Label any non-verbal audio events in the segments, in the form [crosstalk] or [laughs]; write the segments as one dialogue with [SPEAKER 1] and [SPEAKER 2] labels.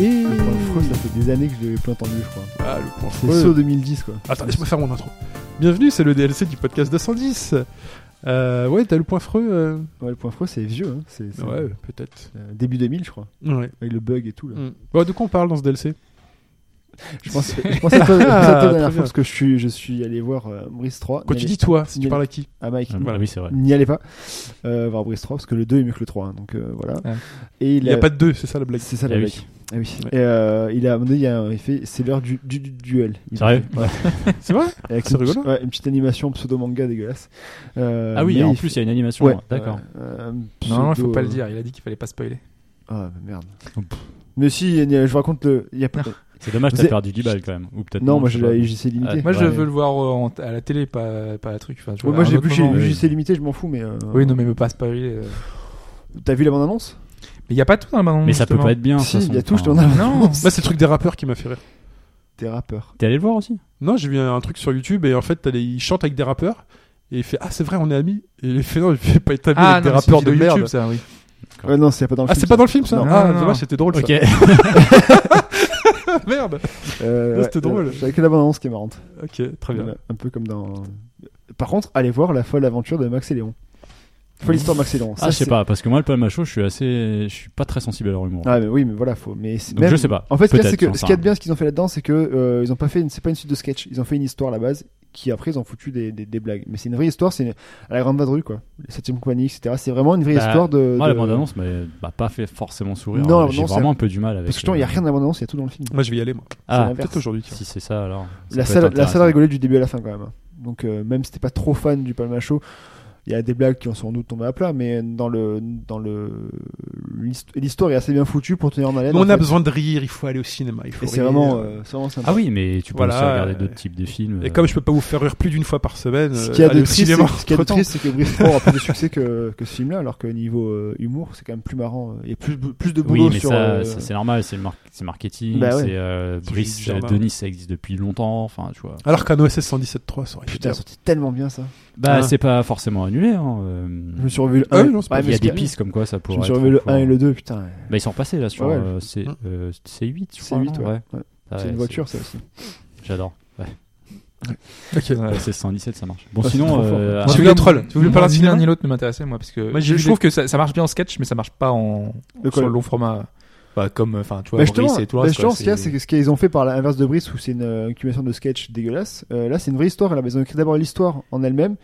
[SPEAKER 1] Et
[SPEAKER 2] Le point Freud, ça fait des années que je l'avais plus entendu, je crois.
[SPEAKER 1] Ah, le point
[SPEAKER 2] C'est
[SPEAKER 1] Freud.
[SPEAKER 2] saut 2010, quoi.
[SPEAKER 1] Attends, laisse-moi faire mon intro. Bienvenue, c'est le DLC du podcast 210. Euh, ouais, t'as le point Freud euh,
[SPEAKER 2] Ouais, le point Freud, c'est vieux, hein. C'est c'est,
[SPEAKER 1] Ouais, peut-être.
[SPEAKER 2] euh, début 2000, je crois.
[SPEAKER 1] Ouais.
[SPEAKER 2] Avec le bug et tout, là.
[SPEAKER 1] Mm. Bon, de quoi on parle dans ce DLC
[SPEAKER 2] Je
[SPEAKER 1] [laughs]
[SPEAKER 2] pense, je pense à toi, je pense à toi
[SPEAKER 1] Ah,
[SPEAKER 2] la
[SPEAKER 1] très
[SPEAKER 2] dernière
[SPEAKER 1] bien.
[SPEAKER 2] fois parce que je suis, je suis allé voir euh, Brice 3.
[SPEAKER 1] Quand
[SPEAKER 2] n'y
[SPEAKER 1] tu
[SPEAKER 2] allez-
[SPEAKER 1] dis toi, si tu
[SPEAKER 2] Signal.
[SPEAKER 1] parles à qui
[SPEAKER 2] Ah, Mike.
[SPEAKER 3] Ah, voilà, oui, c'est vrai.
[SPEAKER 2] N'y allez pas euh, voir Brice 3 parce que le 2 est mieux que le 3. hein, donc euh, voilà.
[SPEAKER 4] Ouais.
[SPEAKER 2] Et
[SPEAKER 1] Il n'y a pas de deux, c'est ça la blague. Eh
[SPEAKER 4] [laughs]
[SPEAKER 2] C'est ça
[SPEAKER 3] Ah
[SPEAKER 2] la
[SPEAKER 3] oui.
[SPEAKER 2] blague. Ah oui.
[SPEAKER 1] Ouais.
[SPEAKER 2] Et euh, il a, à un moment donné, il y a un effet, c'est l'heure du, du- du duel. Il
[SPEAKER 3] Sérieux
[SPEAKER 2] Ouais.
[SPEAKER 1] C'est vrai
[SPEAKER 2] Avec
[SPEAKER 1] C'est
[SPEAKER 2] une,
[SPEAKER 1] rigolo.
[SPEAKER 2] petite- ouais, une petite animation pseudo-manga dégueulasse. Euh,
[SPEAKER 3] Ah oui,
[SPEAKER 2] mais
[SPEAKER 3] en
[SPEAKER 2] il-
[SPEAKER 3] plus, il y a une animation.
[SPEAKER 2] Ouais,
[SPEAKER 3] D'accord.
[SPEAKER 2] euh, euh,
[SPEAKER 4] Non, il faut
[SPEAKER 2] pseudo-
[SPEAKER 4] pas le dire. Il a dit qu'il fallait pas
[SPEAKER 2] [laughs]
[SPEAKER 4] spoiler.
[SPEAKER 2] Ah bah merde.
[SPEAKER 3] Oh,
[SPEAKER 2] Mais si, il y a- je vous raconte le. Il y a pas...
[SPEAKER 3] C'est dommage,
[SPEAKER 2] Vous
[SPEAKER 3] t'as
[SPEAKER 2] êtes-
[SPEAKER 3] perdu 10 balles quand même. Ou peut-être.
[SPEAKER 2] Non, moi
[SPEAKER 3] je
[SPEAKER 2] j'ai
[SPEAKER 3] sais
[SPEAKER 2] la
[SPEAKER 3] pas.
[SPEAKER 2] IGC limitée.
[SPEAKER 3] Ouais,
[SPEAKER 4] Moi, je
[SPEAKER 2] Ouais.
[SPEAKER 4] veux le voir euh, en- à la télé, pas, pas à truc. Enfin, je
[SPEAKER 2] Ouais,
[SPEAKER 4] veux
[SPEAKER 2] moi
[SPEAKER 4] Ah, un
[SPEAKER 2] j'ai
[SPEAKER 4] autre
[SPEAKER 2] vu chez
[SPEAKER 4] moment.
[SPEAKER 3] j'ai-
[SPEAKER 2] IGC limitée, je m'en fous, mais. euh,
[SPEAKER 4] Oui, non, mais me pas spoiler. euh.
[SPEAKER 2] T'as vu la bande-annonce
[SPEAKER 4] Mais il y a pas tout dans la bande.
[SPEAKER 3] Mais ça peut pas être bien. de
[SPEAKER 2] Si,
[SPEAKER 3] toute
[SPEAKER 2] il y a
[SPEAKER 3] façon.
[SPEAKER 2] tout, je t'en
[SPEAKER 3] Enfin,
[SPEAKER 2] ai [laughs]
[SPEAKER 4] [laughs] Non.
[SPEAKER 1] Moi, c'est le truc des rappeurs qui m'a fait rire.
[SPEAKER 2] T'es rappeur.
[SPEAKER 3] T'es allé le voir aussi
[SPEAKER 1] Non, j'ai vu un truc sur YouTube et en fait, t'as les- il chante avec des rappeurs et il fait Ah, c'est vrai, on est amis. Et il fait Non, je vais pas être ami
[SPEAKER 4] Ah,
[SPEAKER 1] avec
[SPEAKER 4] non,
[SPEAKER 1] des
[SPEAKER 4] mais c'est
[SPEAKER 1] rappeurs
[SPEAKER 4] une
[SPEAKER 1] de
[SPEAKER 4] vidéo
[SPEAKER 1] merde.
[SPEAKER 4] YouTube,
[SPEAKER 2] [laughs]
[SPEAKER 4] ça, oui.
[SPEAKER 2] Ouais, non, c'est pas dans le
[SPEAKER 1] Ah,
[SPEAKER 2] film,
[SPEAKER 1] c'est
[SPEAKER 2] ça.
[SPEAKER 1] pas dans le film ça
[SPEAKER 4] Non.
[SPEAKER 1] Ah,
[SPEAKER 4] Non,
[SPEAKER 1] dommage,
[SPEAKER 4] non.
[SPEAKER 1] c'était drôle.
[SPEAKER 3] Ok. Ah,
[SPEAKER 2] Ah,
[SPEAKER 1] ça.
[SPEAKER 4] [laughs]
[SPEAKER 1] Merde
[SPEAKER 2] Euh,
[SPEAKER 1] Là, c'était
[SPEAKER 2] ouais,
[SPEAKER 1] drôle.
[SPEAKER 2] euh, C'est avec la bande-annonce qui est marrante.
[SPEAKER 1] Ok, très bien.
[SPEAKER 2] Voilà, un peu comme dans. Par contre, allez voir la folle aventure de Max et Léon. Folle histoire de Max et Léon. Ça,
[SPEAKER 3] Ah, je sais
[SPEAKER 2] c'est-
[SPEAKER 3] pas, parce que moi, le poème à chaud, je suis assez. Je suis pas très sensible à leur humour.
[SPEAKER 2] Ah, mais oui, mais voilà, faut. Mais c'est-
[SPEAKER 3] Donc
[SPEAKER 2] même-
[SPEAKER 3] je sais pas.
[SPEAKER 2] En fait, ce qu'il y a,
[SPEAKER 3] Peut-être,
[SPEAKER 2] c'est que
[SPEAKER 3] j'en
[SPEAKER 2] ce
[SPEAKER 3] sais
[SPEAKER 2] qu'il y a de
[SPEAKER 3] rien.
[SPEAKER 2] bien, ce qu'ils ont fait là-dedans, c'est que euh, ils ont pas fait, une- c'est pas une suite de sketch. Ils ont fait une histoire à la base, qui après ils ont foutu des, des, des blagues. Mais c'est une vraie histoire, c'est une- à la grande vadrouille quoi. La septième compagnie, etc. C'est vraiment une vraie
[SPEAKER 3] Bah,
[SPEAKER 2] histoire de.
[SPEAKER 3] Moi,
[SPEAKER 2] de-
[SPEAKER 3] la bande-annonce m'a bah, pas fait forcément sourire.
[SPEAKER 2] Non,
[SPEAKER 3] hein. J'ai
[SPEAKER 2] non, c'est-
[SPEAKER 3] vraiment un peu du mal avec.
[SPEAKER 2] Parce que justement, il y a
[SPEAKER 3] euh,
[SPEAKER 2] rien dans la bande-annonce, il y a tout dans le film.
[SPEAKER 1] Moi, je vais y aller, moi.
[SPEAKER 3] Ah,
[SPEAKER 2] l'inverse.
[SPEAKER 1] Peut-être aujourd'hui. tiens.
[SPEAKER 3] si c'est ça, alors. ça
[SPEAKER 2] La
[SPEAKER 3] peut
[SPEAKER 2] salle,
[SPEAKER 3] être
[SPEAKER 2] la salle a
[SPEAKER 3] intéressant.
[SPEAKER 2] rigolé du début à la fin quand même. hein. Donc euh, même si t'es pas trop fan du Palma Show, il y a des blagues qui en sont en doute tombées à plat, mais dans le dans le l'hist- l'histoire est assez bien foutue pour tenir en haleine.
[SPEAKER 1] Mais
[SPEAKER 2] en
[SPEAKER 1] on a
[SPEAKER 2] fait.
[SPEAKER 1] besoin de rire, il faut aller au cinéma. Il faut
[SPEAKER 2] Et c'est
[SPEAKER 1] rire.
[SPEAKER 2] vraiment, euh, c'est vraiment sympa.
[SPEAKER 3] Ah oui, mais tu peux
[SPEAKER 1] Voilà,
[SPEAKER 3] aussi regarder
[SPEAKER 1] euh,
[SPEAKER 3] d'autres types de films.
[SPEAKER 1] Et
[SPEAKER 3] euh,
[SPEAKER 1] comme je peux pas vous faire rire plus d'une fois par semaine,
[SPEAKER 2] Ce
[SPEAKER 1] euh,
[SPEAKER 2] qu'il y a
[SPEAKER 1] allez
[SPEAKER 2] de
[SPEAKER 1] au
[SPEAKER 2] triste,
[SPEAKER 1] cinéma.
[SPEAKER 2] c'est- ce qu'il y a de
[SPEAKER 1] entre-temps.
[SPEAKER 2] triste, c'est que Brice Ford a
[SPEAKER 1] [laughs]
[SPEAKER 2] plus de succès que, que ce film-là, alors que niveau euh, humour, c'est quand même plus marrant. euh, Il y a plus, plus de boulot
[SPEAKER 3] Oui, mais
[SPEAKER 2] sur.
[SPEAKER 3] ça,
[SPEAKER 2] euh,
[SPEAKER 3] ça, c'est normal, c'est le mar- c'est marketing,
[SPEAKER 2] Bah ouais.
[SPEAKER 3] c'est euh,
[SPEAKER 1] C'est
[SPEAKER 3] Brice,
[SPEAKER 1] Gilles Jardin.
[SPEAKER 3] euh, Denis, ça existe depuis longtemps, enfin, tu vois.
[SPEAKER 1] Alors qu'un OSS 117.3, ça aurait été
[SPEAKER 2] Putain,
[SPEAKER 1] bien.
[SPEAKER 2] sorti tellement bien ça.
[SPEAKER 3] Bah,
[SPEAKER 1] Ah.
[SPEAKER 3] c'est pas forcément annulé. Hein. euh,
[SPEAKER 2] Hein Je me suis revu le
[SPEAKER 1] Ah
[SPEAKER 2] 1.
[SPEAKER 1] oui, non, c'est pas-
[SPEAKER 2] ouais,
[SPEAKER 3] Il y
[SPEAKER 2] mais
[SPEAKER 3] a
[SPEAKER 2] ce qu'il
[SPEAKER 3] des pistes comme quoi ça
[SPEAKER 2] Je
[SPEAKER 3] pourrait.
[SPEAKER 2] me suis
[SPEAKER 3] être hein.
[SPEAKER 2] revu le
[SPEAKER 3] encore-
[SPEAKER 2] 1 et le 2, putain.
[SPEAKER 3] Bah, ils sont repassés là sur
[SPEAKER 2] Ouais, ouais.
[SPEAKER 3] euh, C,
[SPEAKER 1] Hum.
[SPEAKER 3] euh, C8, je
[SPEAKER 2] C'est
[SPEAKER 3] crois.
[SPEAKER 2] 8,
[SPEAKER 3] non
[SPEAKER 2] ouais. hein. Ouais.
[SPEAKER 3] Ah
[SPEAKER 2] C'est
[SPEAKER 3] ouais,
[SPEAKER 2] une voiture, ça aussi. [laughs]
[SPEAKER 3] J'adore. Ouais.
[SPEAKER 1] Ok.
[SPEAKER 4] Ouais.
[SPEAKER 3] C'est 117, ça marche. Bon,
[SPEAKER 2] Ah, c'est
[SPEAKER 3] sinon.
[SPEAKER 2] trop fort. [laughs]
[SPEAKER 3] euh,
[SPEAKER 1] Tu
[SPEAKER 3] ah,
[SPEAKER 1] voulais
[SPEAKER 4] Moi,
[SPEAKER 1] les trolls Tu voulais
[SPEAKER 4] ni
[SPEAKER 1] parler de
[SPEAKER 4] ni
[SPEAKER 1] cinéma
[SPEAKER 4] l'un ni l'autre ne m'intéressait moi parce que
[SPEAKER 1] Moi, j'ai
[SPEAKER 4] je
[SPEAKER 1] vu
[SPEAKER 4] trouve que ça, ça marche bien en sketch mais ça marche pas en
[SPEAKER 2] Le
[SPEAKER 4] sur
[SPEAKER 2] quoi,
[SPEAKER 4] le
[SPEAKER 2] le-
[SPEAKER 4] long format Bah, comme enfin tu vois
[SPEAKER 2] Bah
[SPEAKER 4] Brice
[SPEAKER 2] justement,
[SPEAKER 4] et tout le
[SPEAKER 2] bah
[SPEAKER 4] reste,
[SPEAKER 2] justement,
[SPEAKER 4] quoi,
[SPEAKER 2] ce qu'il y a,
[SPEAKER 4] c'est-
[SPEAKER 2] c'est que ce qu'ils ont fait par l'inverse de Brice, où c'est une euh, accumulation de sketchs dégueulasses. euh, là, c'est une vraie histoire. Ils ont écrit d'abord l'histoire en elle-même,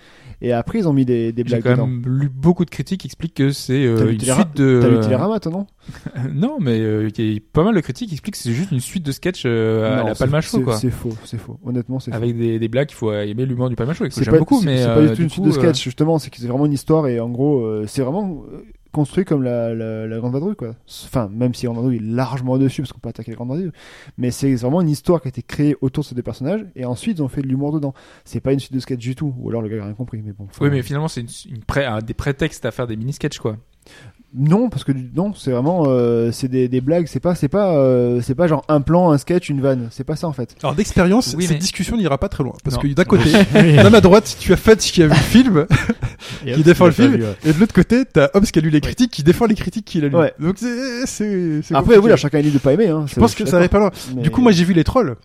[SPEAKER 2] et après, ils ont mis des, des
[SPEAKER 4] j'ai
[SPEAKER 2] blagues
[SPEAKER 4] quand
[SPEAKER 2] dedans.
[SPEAKER 4] même lu beaucoup de critiques qui expliquent que c'est euh,
[SPEAKER 2] T'as lu
[SPEAKER 4] une
[SPEAKER 2] Télérama-
[SPEAKER 4] suite de
[SPEAKER 2] T'as vu Télérama, toi, non
[SPEAKER 4] [laughs] non mais euh, il y a pas mal de critiques qui expliquent que c'est juste une suite de sketch euh, à
[SPEAKER 2] Non,
[SPEAKER 4] la
[SPEAKER 2] c'est-
[SPEAKER 4] Palma Show
[SPEAKER 2] c'est-
[SPEAKER 4] quoi Ah,
[SPEAKER 2] C'est faux, c'est faux. Honnêtement, c'est faux.
[SPEAKER 4] avec des, des blagues il faut aimer l'humour du Palma Show et que
[SPEAKER 2] C'est
[SPEAKER 4] j'aime
[SPEAKER 2] pas,
[SPEAKER 4] beaucoup
[SPEAKER 2] c'est-
[SPEAKER 4] mais
[SPEAKER 2] c'est
[SPEAKER 4] euh,
[SPEAKER 2] pas du tout une
[SPEAKER 4] du
[SPEAKER 2] suite
[SPEAKER 4] coup,
[SPEAKER 2] de sketch, justement. C'est que c'est vraiment une histoire, et en gros, euh, c'est vraiment euh, construit comme la, la, la Grande Vadrouille, quoi. Enfin, même si la Grande Vadrouille est largement au-dessus, parce qu'on peut attaquer la Grande Vadrouille. Mais c'est vraiment une histoire qui a été créée autour de ces deux personnages, et ensuite, ils ont fait de l'humour dedans. C'est pas une suite de sketch du tout, ou alors le gars a rien compris, mais bon.
[SPEAKER 4] euh, oui
[SPEAKER 2] enfin.
[SPEAKER 4] mais finalement c'est une, une pré- un- des prétextes à faire des mini sketchs quoi [laughs]
[SPEAKER 2] Non, parce que du- non, c'est vraiment euh, c'est des, des blagues, c'est pas c'est pas euh, c'est pas genre un plan, un sketch, une vanne, c'est pas ça en fait.
[SPEAKER 1] Alors d'expérience,
[SPEAKER 4] Oui,
[SPEAKER 1] cette
[SPEAKER 4] mais-
[SPEAKER 1] discussion n'ira pas très loin. Parce
[SPEAKER 4] Non.
[SPEAKER 1] que d'un
[SPEAKER 4] [laughs]
[SPEAKER 1] côté,
[SPEAKER 3] [laughs] oui.
[SPEAKER 1] à ma droite, tu as Fetch qui a vu le film,
[SPEAKER 3] Et
[SPEAKER 1] qui
[SPEAKER 3] hop,
[SPEAKER 1] défend
[SPEAKER 3] il
[SPEAKER 1] le
[SPEAKER 3] a pas
[SPEAKER 1] film.
[SPEAKER 3] vu, ouais.
[SPEAKER 1] [laughs] et de l'autre côté, t'as Hobbs qui a lu les critiques, qui défend les critiques qu'il a lues.
[SPEAKER 2] Ouais.
[SPEAKER 1] Donc c'est... c'est- c'est
[SPEAKER 2] Après oui,
[SPEAKER 1] compliqué.
[SPEAKER 2] là, chacun est libre de pas aimer hein.
[SPEAKER 1] Je pense que ça va pas loin. Du coup, moi j'ai vu les trolls.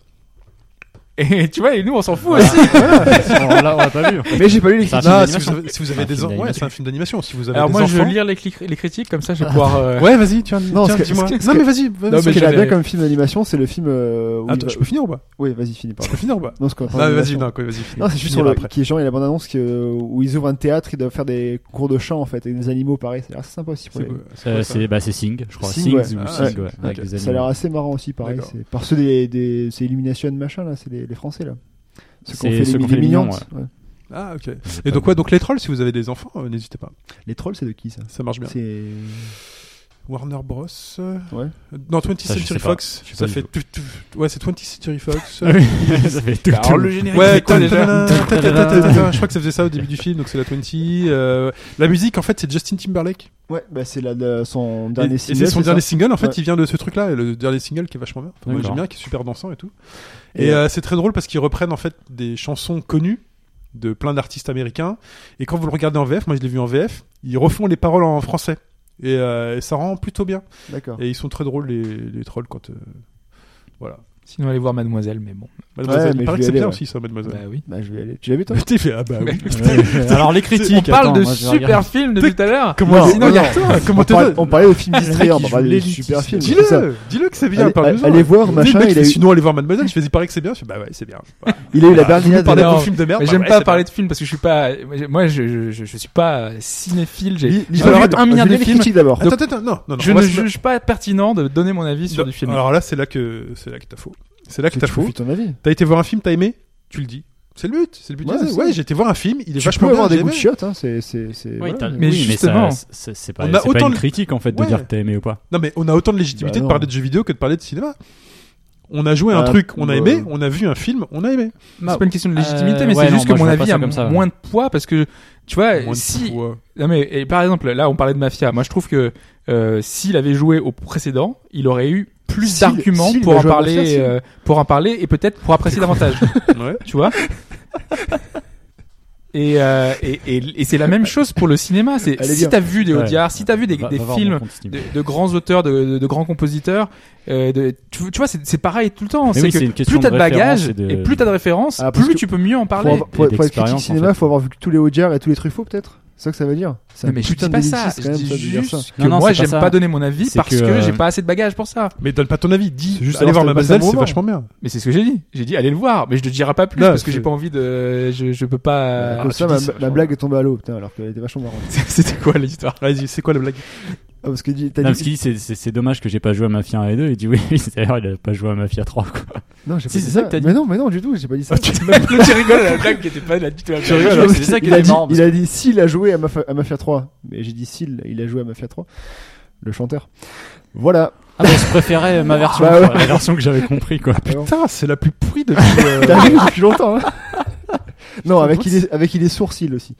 [SPEAKER 4] et tu vois et nous on s'en fout
[SPEAKER 3] Voilà.
[SPEAKER 4] aussi
[SPEAKER 3] On l'a on l'a pas vu.
[SPEAKER 2] [laughs] mais j'ai pas lu les
[SPEAKER 3] C'est un
[SPEAKER 2] critiques.
[SPEAKER 3] film
[SPEAKER 1] Ah, si
[SPEAKER 3] d'animation.
[SPEAKER 1] vous avez, si vous avez des enfants,
[SPEAKER 3] C'est un film
[SPEAKER 1] ouais,
[SPEAKER 3] d'animation.
[SPEAKER 1] c'est un film d'animation. Si vous avez
[SPEAKER 4] alors
[SPEAKER 1] des
[SPEAKER 4] moi
[SPEAKER 1] enfants,
[SPEAKER 4] je vais lire les, cli- les critiques comme ça je vais pouvoir euh,
[SPEAKER 1] Ouais, vas-y, tu as
[SPEAKER 2] Non,
[SPEAKER 1] tiens,
[SPEAKER 2] ce que-
[SPEAKER 1] dis-moi.
[SPEAKER 2] ce que- ce
[SPEAKER 1] Non,
[SPEAKER 2] que-
[SPEAKER 1] mais Ah, vas-y, vas-y.
[SPEAKER 4] Non,
[SPEAKER 2] Ce
[SPEAKER 4] mais
[SPEAKER 2] qu'elle a
[SPEAKER 4] j'avais-
[SPEAKER 2] bien comme film d'animation, c'est le film. euh, où il
[SPEAKER 1] Attends,
[SPEAKER 2] va-
[SPEAKER 1] je peux finir ou pas
[SPEAKER 2] Oui, vas-y, finis [laughs]
[SPEAKER 1] Je
[SPEAKER 2] pardon.
[SPEAKER 1] peux finir ou pas
[SPEAKER 2] Non, c'est quoi,
[SPEAKER 1] Non, mais vas-y,
[SPEAKER 2] l'animation.
[SPEAKER 1] non, quoi, vas-y. finis.
[SPEAKER 2] Non, c'est juste sur
[SPEAKER 1] On ira
[SPEAKER 2] le
[SPEAKER 1] après.
[SPEAKER 2] qui est genre il y a la bande annonce que, où ils ouvrent un théâtre, ils doivent faire des cours de chant en fait avec des animaux pareil, ça a l'air sympa aussi pour
[SPEAKER 1] C'est
[SPEAKER 2] les...
[SPEAKER 1] quoi- c'est
[SPEAKER 3] Euh,
[SPEAKER 1] quoi ça
[SPEAKER 3] C'est bah, c'est Sing, je crois.
[SPEAKER 2] Sing,
[SPEAKER 3] Sings
[SPEAKER 2] ouais.
[SPEAKER 3] ou
[SPEAKER 1] Ah,
[SPEAKER 3] Sing,
[SPEAKER 1] Sing,
[SPEAKER 3] ouais, avec
[SPEAKER 1] ok.
[SPEAKER 3] des
[SPEAKER 2] Ça a l'air
[SPEAKER 3] animaux.
[SPEAKER 2] assez marrant aussi pareil,
[SPEAKER 1] D'accord.
[SPEAKER 2] c'est par ceux des, des c'est Illumination machin là, c'est les, les français là. Ceux qu'on
[SPEAKER 3] C'est
[SPEAKER 2] fait
[SPEAKER 3] ceux
[SPEAKER 2] les,
[SPEAKER 3] qu'on fait
[SPEAKER 2] les
[SPEAKER 3] les
[SPEAKER 2] mignons.
[SPEAKER 3] mignons,
[SPEAKER 1] Ah, ok. Et donc, ouais, donc les trolls, si vous avez des enfants, euh, n'hésitez pas.
[SPEAKER 2] Les trolls c'est de qui ça
[SPEAKER 1] Ça marche bien.
[SPEAKER 2] C'est
[SPEAKER 1] Warner Bros. euh,
[SPEAKER 2] ouais.
[SPEAKER 1] Non, 20th
[SPEAKER 3] Ça, je
[SPEAKER 1] Century
[SPEAKER 3] sais pas.
[SPEAKER 1] Fox.
[SPEAKER 3] Je sais
[SPEAKER 1] Ça
[SPEAKER 3] pas du
[SPEAKER 1] fait. tout- tout- Ouais, c'est 20th Century
[SPEAKER 3] [laughs]
[SPEAKER 1] Fox.
[SPEAKER 3] Ah oui, ça fait tout.
[SPEAKER 4] Bah, alors, le générique
[SPEAKER 1] Ouais,
[SPEAKER 4] c'est quoi déjà
[SPEAKER 1] tadadadada, tadadadada. je crois que ça faisait ça au début du film, donc c'est la 20. euh, la musique, en fait, c'est Justin Timberlake.
[SPEAKER 2] Ouais, bah c'est la, la- son
[SPEAKER 1] Et,
[SPEAKER 2] dernier
[SPEAKER 1] et
[SPEAKER 2] single.
[SPEAKER 1] c'est son
[SPEAKER 2] ça
[SPEAKER 1] dernier single, en fait,
[SPEAKER 2] Ouais.
[SPEAKER 1] il vient de ce truc-là, et le dernier single qui est vachement bien. Enfin, moi,
[SPEAKER 3] D'accord.
[SPEAKER 1] j'aime bien, qui est super dansant et tout.
[SPEAKER 2] Et,
[SPEAKER 1] Et euh, c'est très drôle parce qu'ils reprennent, en fait, des chansons connues de plein d'artistes américains. Et quand vous le regardez en VF, moi je l'ai vu en VF, ils refont les paroles en français. Et, euh, et ça rend plutôt bien.
[SPEAKER 2] euh, D'accord.
[SPEAKER 1] Et ils sont très drôles, les, les trolls, quand. euh, Voilà.
[SPEAKER 4] Sinon, allez voir Mademoiselle, mais bon.
[SPEAKER 1] Mademoiselle,
[SPEAKER 2] mais
[SPEAKER 1] il
[SPEAKER 2] je
[SPEAKER 1] paraît
[SPEAKER 2] vais
[SPEAKER 1] que c'est
[SPEAKER 2] aller,
[SPEAKER 1] bien
[SPEAKER 2] ouais.
[SPEAKER 1] aussi, ça, Mademoiselle.
[SPEAKER 4] Bah oui.
[SPEAKER 2] Bah, je vais y aller. Tu l'as
[SPEAKER 1] [laughs]
[SPEAKER 2] vu, toi
[SPEAKER 1] T'es fait, ah bah oui.
[SPEAKER 3] Ouais. [laughs] Alors les critiques.
[SPEAKER 4] On parle
[SPEAKER 3] attends,
[SPEAKER 4] de
[SPEAKER 3] moi, je vais
[SPEAKER 4] super
[SPEAKER 3] regarder.
[SPEAKER 4] films depuis tout à l'heure.
[SPEAKER 1] Comment
[SPEAKER 2] Non,
[SPEAKER 1] sinon,
[SPEAKER 2] non,
[SPEAKER 1] il y a
[SPEAKER 2] non.
[SPEAKER 1] toi Comment
[SPEAKER 2] on,
[SPEAKER 1] t'es
[SPEAKER 2] parlait, on parlait de films distrayants,
[SPEAKER 3] qui
[SPEAKER 2] on
[SPEAKER 3] joue
[SPEAKER 2] parlait des
[SPEAKER 3] l'élite,
[SPEAKER 2] super
[SPEAKER 3] c'est
[SPEAKER 2] films.
[SPEAKER 3] ça.
[SPEAKER 2] c'est ça.
[SPEAKER 1] Dis-le Dis-le que c'est bien,
[SPEAKER 2] Allez-
[SPEAKER 1] parle-nous-en.
[SPEAKER 2] allez voir,
[SPEAKER 1] Dis,
[SPEAKER 2] machin,
[SPEAKER 1] le mec,
[SPEAKER 2] il a
[SPEAKER 1] fait,
[SPEAKER 2] eu-
[SPEAKER 1] Sinon, allez voir Mademoiselle, je fais, il paraît que c'est bien. Je fais, bah ouais, c'est bien. Voilà.
[SPEAKER 2] Il a eu la
[SPEAKER 1] Vous
[SPEAKER 2] berlinade.
[SPEAKER 1] parlez
[SPEAKER 4] non,
[SPEAKER 1] de films de merde.
[SPEAKER 4] Mais
[SPEAKER 1] bah
[SPEAKER 4] j'aime
[SPEAKER 1] ouais,
[SPEAKER 4] pas
[SPEAKER 1] c'est
[SPEAKER 4] parler de films parce que je suis pas. Moi, je, je, je, je suis pas euh, cinéphile. J'ai.
[SPEAKER 2] Li- li-
[SPEAKER 4] Alors,
[SPEAKER 2] li-
[SPEAKER 4] un milliard
[SPEAKER 2] je lis
[SPEAKER 4] de
[SPEAKER 2] les
[SPEAKER 4] films.
[SPEAKER 2] critiques d'abord.
[SPEAKER 1] bien. Attends, attends, non, non, non.
[SPEAKER 4] Je
[SPEAKER 1] on va
[SPEAKER 4] ne
[SPEAKER 1] se-
[SPEAKER 4] juge pas pertinent de donner mon avis sur
[SPEAKER 1] Non,
[SPEAKER 4] du film.
[SPEAKER 1] Alors là, c'est là que c'est là que t'as faux. C'est là que
[SPEAKER 2] Tu
[SPEAKER 1] t'as
[SPEAKER 2] tu
[SPEAKER 1] faux.
[SPEAKER 2] fais ton avis.
[SPEAKER 1] T'as été voir un film, t'as aimé, tu le dis. C'est le but, c'est le but.
[SPEAKER 2] Ouais,
[SPEAKER 1] Ouais,
[SPEAKER 2] c'est
[SPEAKER 1] ouais
[SPEAKER 2] ça.
[SPEAKER 1] j'ai été voir un film, il est
[SPEAKER 2] Tu
[SPEAKER 1] vachement
[SPEAKER 2] peux
[SPEAKER 1] bien.
[SPEAKER 2] avoir des
[SPEAKER 1] j'ai
[SPEAKER 2] goûts de
[SPEAKER 1] aimé.
[SPEAKER 2] chiottes, hein, c'est. c'est- c'est-
[SPEAKER 3] Oui,
[SPEAKER 2] voilà.
[SPEAKER 3] t'as-
[SPEAKER 4] Mais
[SPEAKER 3] oui, mais
[SPEAKER 4] justement.
[SPEAKER 3] ça, c'est c'est pas,
[SPEAKER 1] On a
[SPEAKER 3] c'est pas
[SPEAKER 1] autant
[SPEAKER 3] une
[SPEAKER 1] de-
[SPEAKER 3] critique en fait de
[SPEAKER 1] Ouais.
[SPEAKER 3] dire que t'as aimé ou pas.
[SPEAKER 1] Non mais on a autant de légitimité
[SPEAKER 2] Bah
[SPEAKER 1] de
[SPEAKER 2] non.
[SPEAKER 1] parler de jeux vidéo que de parler de cinéma. On a joué à un
[SPEAKER 2] Ah,
[SPEAKER 1] truc, on a aimé,
[SPEAKER 2] bah.
[SPEAKER 1] on a vu un film, on a aimé.
[SPEAKER 4] C'est pas une question de légitimité,
[SPEAKER 3] Euh,
[SPEAKER 4] mais
[SPEAKER 3] ouais,
[SPEAKER 4] c'est
[SPEAKER 3] non,
[SPEAKER 4] juste
[SPEAKER 3] moi,
[SPEAKER 4] que
[SPEAKER 3] je
[SPEAKER 4] mon
[SPEAKER 3] vois pas
[SPEAKER 4] avis
[SPEAKER 3] ça
[SPEAKER 4] a
[SPEAKER 3] comme ça.
[SPEAKER 4] moins de poids parce que tu vois,
[SPEAKER 1] Moins de
[SPEAKER 4] si
[SPEAKER 1] fois.
[SPEAKER 4] Non mais et par exemple là on parlait de mafia. Moi je trouve que euh, s'il avait joué au précédent, il aurait eu plus
[SPEAKER 2] S'il-
[SPEAKER 4] d'arguments
[SPEAKER 2] s'il
[SPEAKER 4] pour
[SPEAKER 2] avait
[SPEAKER 4] en
[SPEAKER 2] joué à Mafia,
[SPEAKER 4] parler,
[SPEAKER 2] si.
[SPEAKER 4] euh, pour en parler et peut-être pour apprécier davantage.
[SPEAKER 1] Ouais.
[SPEAKER 3] [laughs]
[SPEAKER 4] tu vois. Et, euh, et, et, et c'est la même chose pour le cinéma. C'est
[SPEAKER 2] Elle est
[SPEAKER 4] si
[SPEAKER 2] bien.
[SPEAKER 4] t'as vu des
[SPEAKER 3] Ouais.
[SPEAKER 4] Audiards, si t'as vu des,
[SPEAKER 3] Va-
[SPEAKER 4] des
[SPEAKER 3] va voir
[SPEAKER 4] films
[SPEAKER 3] mon compte Steam.
[SPEAKER 4] de, de grands auteurs, de, de, de grands compositeurs, euh, de, tu, tu vois, c'est c'est pareil tout le temps.
[SPEAKER 3] Mais
[SPEAKER 4] C'est
[SPEAKER 3] oui,
[SPEAKER 4] que
[SPEAKER 3] c'est une question
[SPEAKER 4] plus t'as de
[SPEAKER 3] de référence
[SPEAKER 4] bagages et,
[SPEAKER 3] et de-
[SPEAKER 4] plus t'as de références,
[SPEAKER 2] Ah, parce
[SPEAKER 4] plus
[SPEAKER 2] que-
[SPEAKER 4] tu peux mieux en parler.
[SPEAKER 2] Pour, avoir- pour-
[SPEAKER 3] Et
[SPEAKER 2] pour être critique
[SPEAKER 3] d'expérience, en
[SPEAKER 2] cinéma,
[SPEAKER 3] fait.
[SPEAKER 2] faut avoir vu tous les Audiards et tous les Truffaut, peut-être C'est ça que ça veut dire C'est
[SPEAKER 4] Non,
[SPEAKER 2] un
[SPEAKER 4] mais je
[SPEAKER 2] putain
[SPEAKER 4] dis
[SPEAKER 2] de
[SPEAKER 4] pas ça.
[SPEAKER 2] délicisme,
[SPEAKER 4] Je
[SPEAKER 2] quand même,
[SPEAKER 4] dis
[SPEAKER 2] ça, de dire ça.
[SPEAKER 4] juste que
[SPEAKER 3] Non, non, c'est
[SPEAKER 4] moi,
[SPEAKER 3] pas
[SPEAKER 4] j'aime
[SPEAKER 3] ça.
[SPEAKER 4] pas donner mon avis
[SPEAKER 3] C'est
[SPEAKER 4] parce que,
[SPEAKER 3] que, euh,
[SPEAKER 4] j'ai pas assez de bagages pour ça.
[SPEAKER 1] Mais donne pas ton avis, dis
[SPEAKER 2] C'est juste
[SPEAKER 1] allez
[SPEAKER 2] savoir
[SPEAKER 1] voir
[SPEAKER 2] si t'as passé un
[SPEAKER 1] Mademoiselle,
[SPEAKER 2] bon
[SPEAKER 1] c'est
[SPEAKER 2] moment.
[SPEAKER 1] vachement bien.
[SPEAKER 4] Mais c'est ce que j'ai dit. J'ai dit allez le voir, mais je ne dirai pas plus
[SPEAKER 1] Non,
[SPEAKER 4] parce que
[SPEAKER 1] c'est-
[SPEAKER 4] j'ai pas envie de. Je, je peux
[SPEAKER 2] À
[SPEAKER 4] pas.
[SPEAKER 2] cause de ça,
[SPEAKER 4] tu
[SPEAKER 2] ma,
[SPEAKER 4] dis,
[SPEAKER 2] ma- ma blague est tombée à l'eau, putain, alors qu'elle était vachement marrante.
[SPEAKER 4] C'était quoi l'histoire
[SPEAKER 1] Vas-y, c'est quoi la blague
[SPEAKER 2] Ah, parce que dit- t'as
[SPEAKER 3] Non, parce
[SPEAKER 2] dit.
[SPEAKER 3] qu'il dit c'est- c'est c'est dommage que j'ai pas joué à Mafia 1 et 2. Il dit oui, d'ailleurs il a pas joué à Mafia 3. Quoi.
[SPEAKER 2] Non, j'ai pas
[SPEAKER 3] Si,
[SPEAKER 2] dit
[SPEAKER 3] c'est ça que t'as dit.
[SPEAKER 2] Mais non, mais non, du tout, j'ai pas dit ça.
[SPEAKER 4] L'autre, il rigole à la blague qui était pas là du tout. la blague.
[SPEAKER 3] rigoles,
[SPEAKER 2] Non,
[SPEAKER 3] c'est
[SPEAKER 2] mais
[SPEAKER 3] ça qui
[SPEAKER 2] il
[SPEAKER 3] est
[SPEAKER 2] a dit,
[SPEAKER 3] marrant, parce
[SPEAKER 2] Il a dit s'il a joué à Mafia, à Mafia 3. Mais j'ai dit s'il, il a joué à Mafia 3. Le chanteur. Voilà.
[SPEAKER 3] Ah, bah, je préférais ma version,
[SPEAKER 2] Bah ouais.
[SPEAKER 3] quoi, la version que j'avais compris quoi.
[SPEAKER 1] Putain, c'est la plus pourrie [laughs] de. euh,
[SPEAKER 2] [laughs] T'as vu depuis
[SPEAKER 3] [laughs]
[SPEAKER 2] longtemps. hein. non, avec il, est, avec il est sourcil aussi.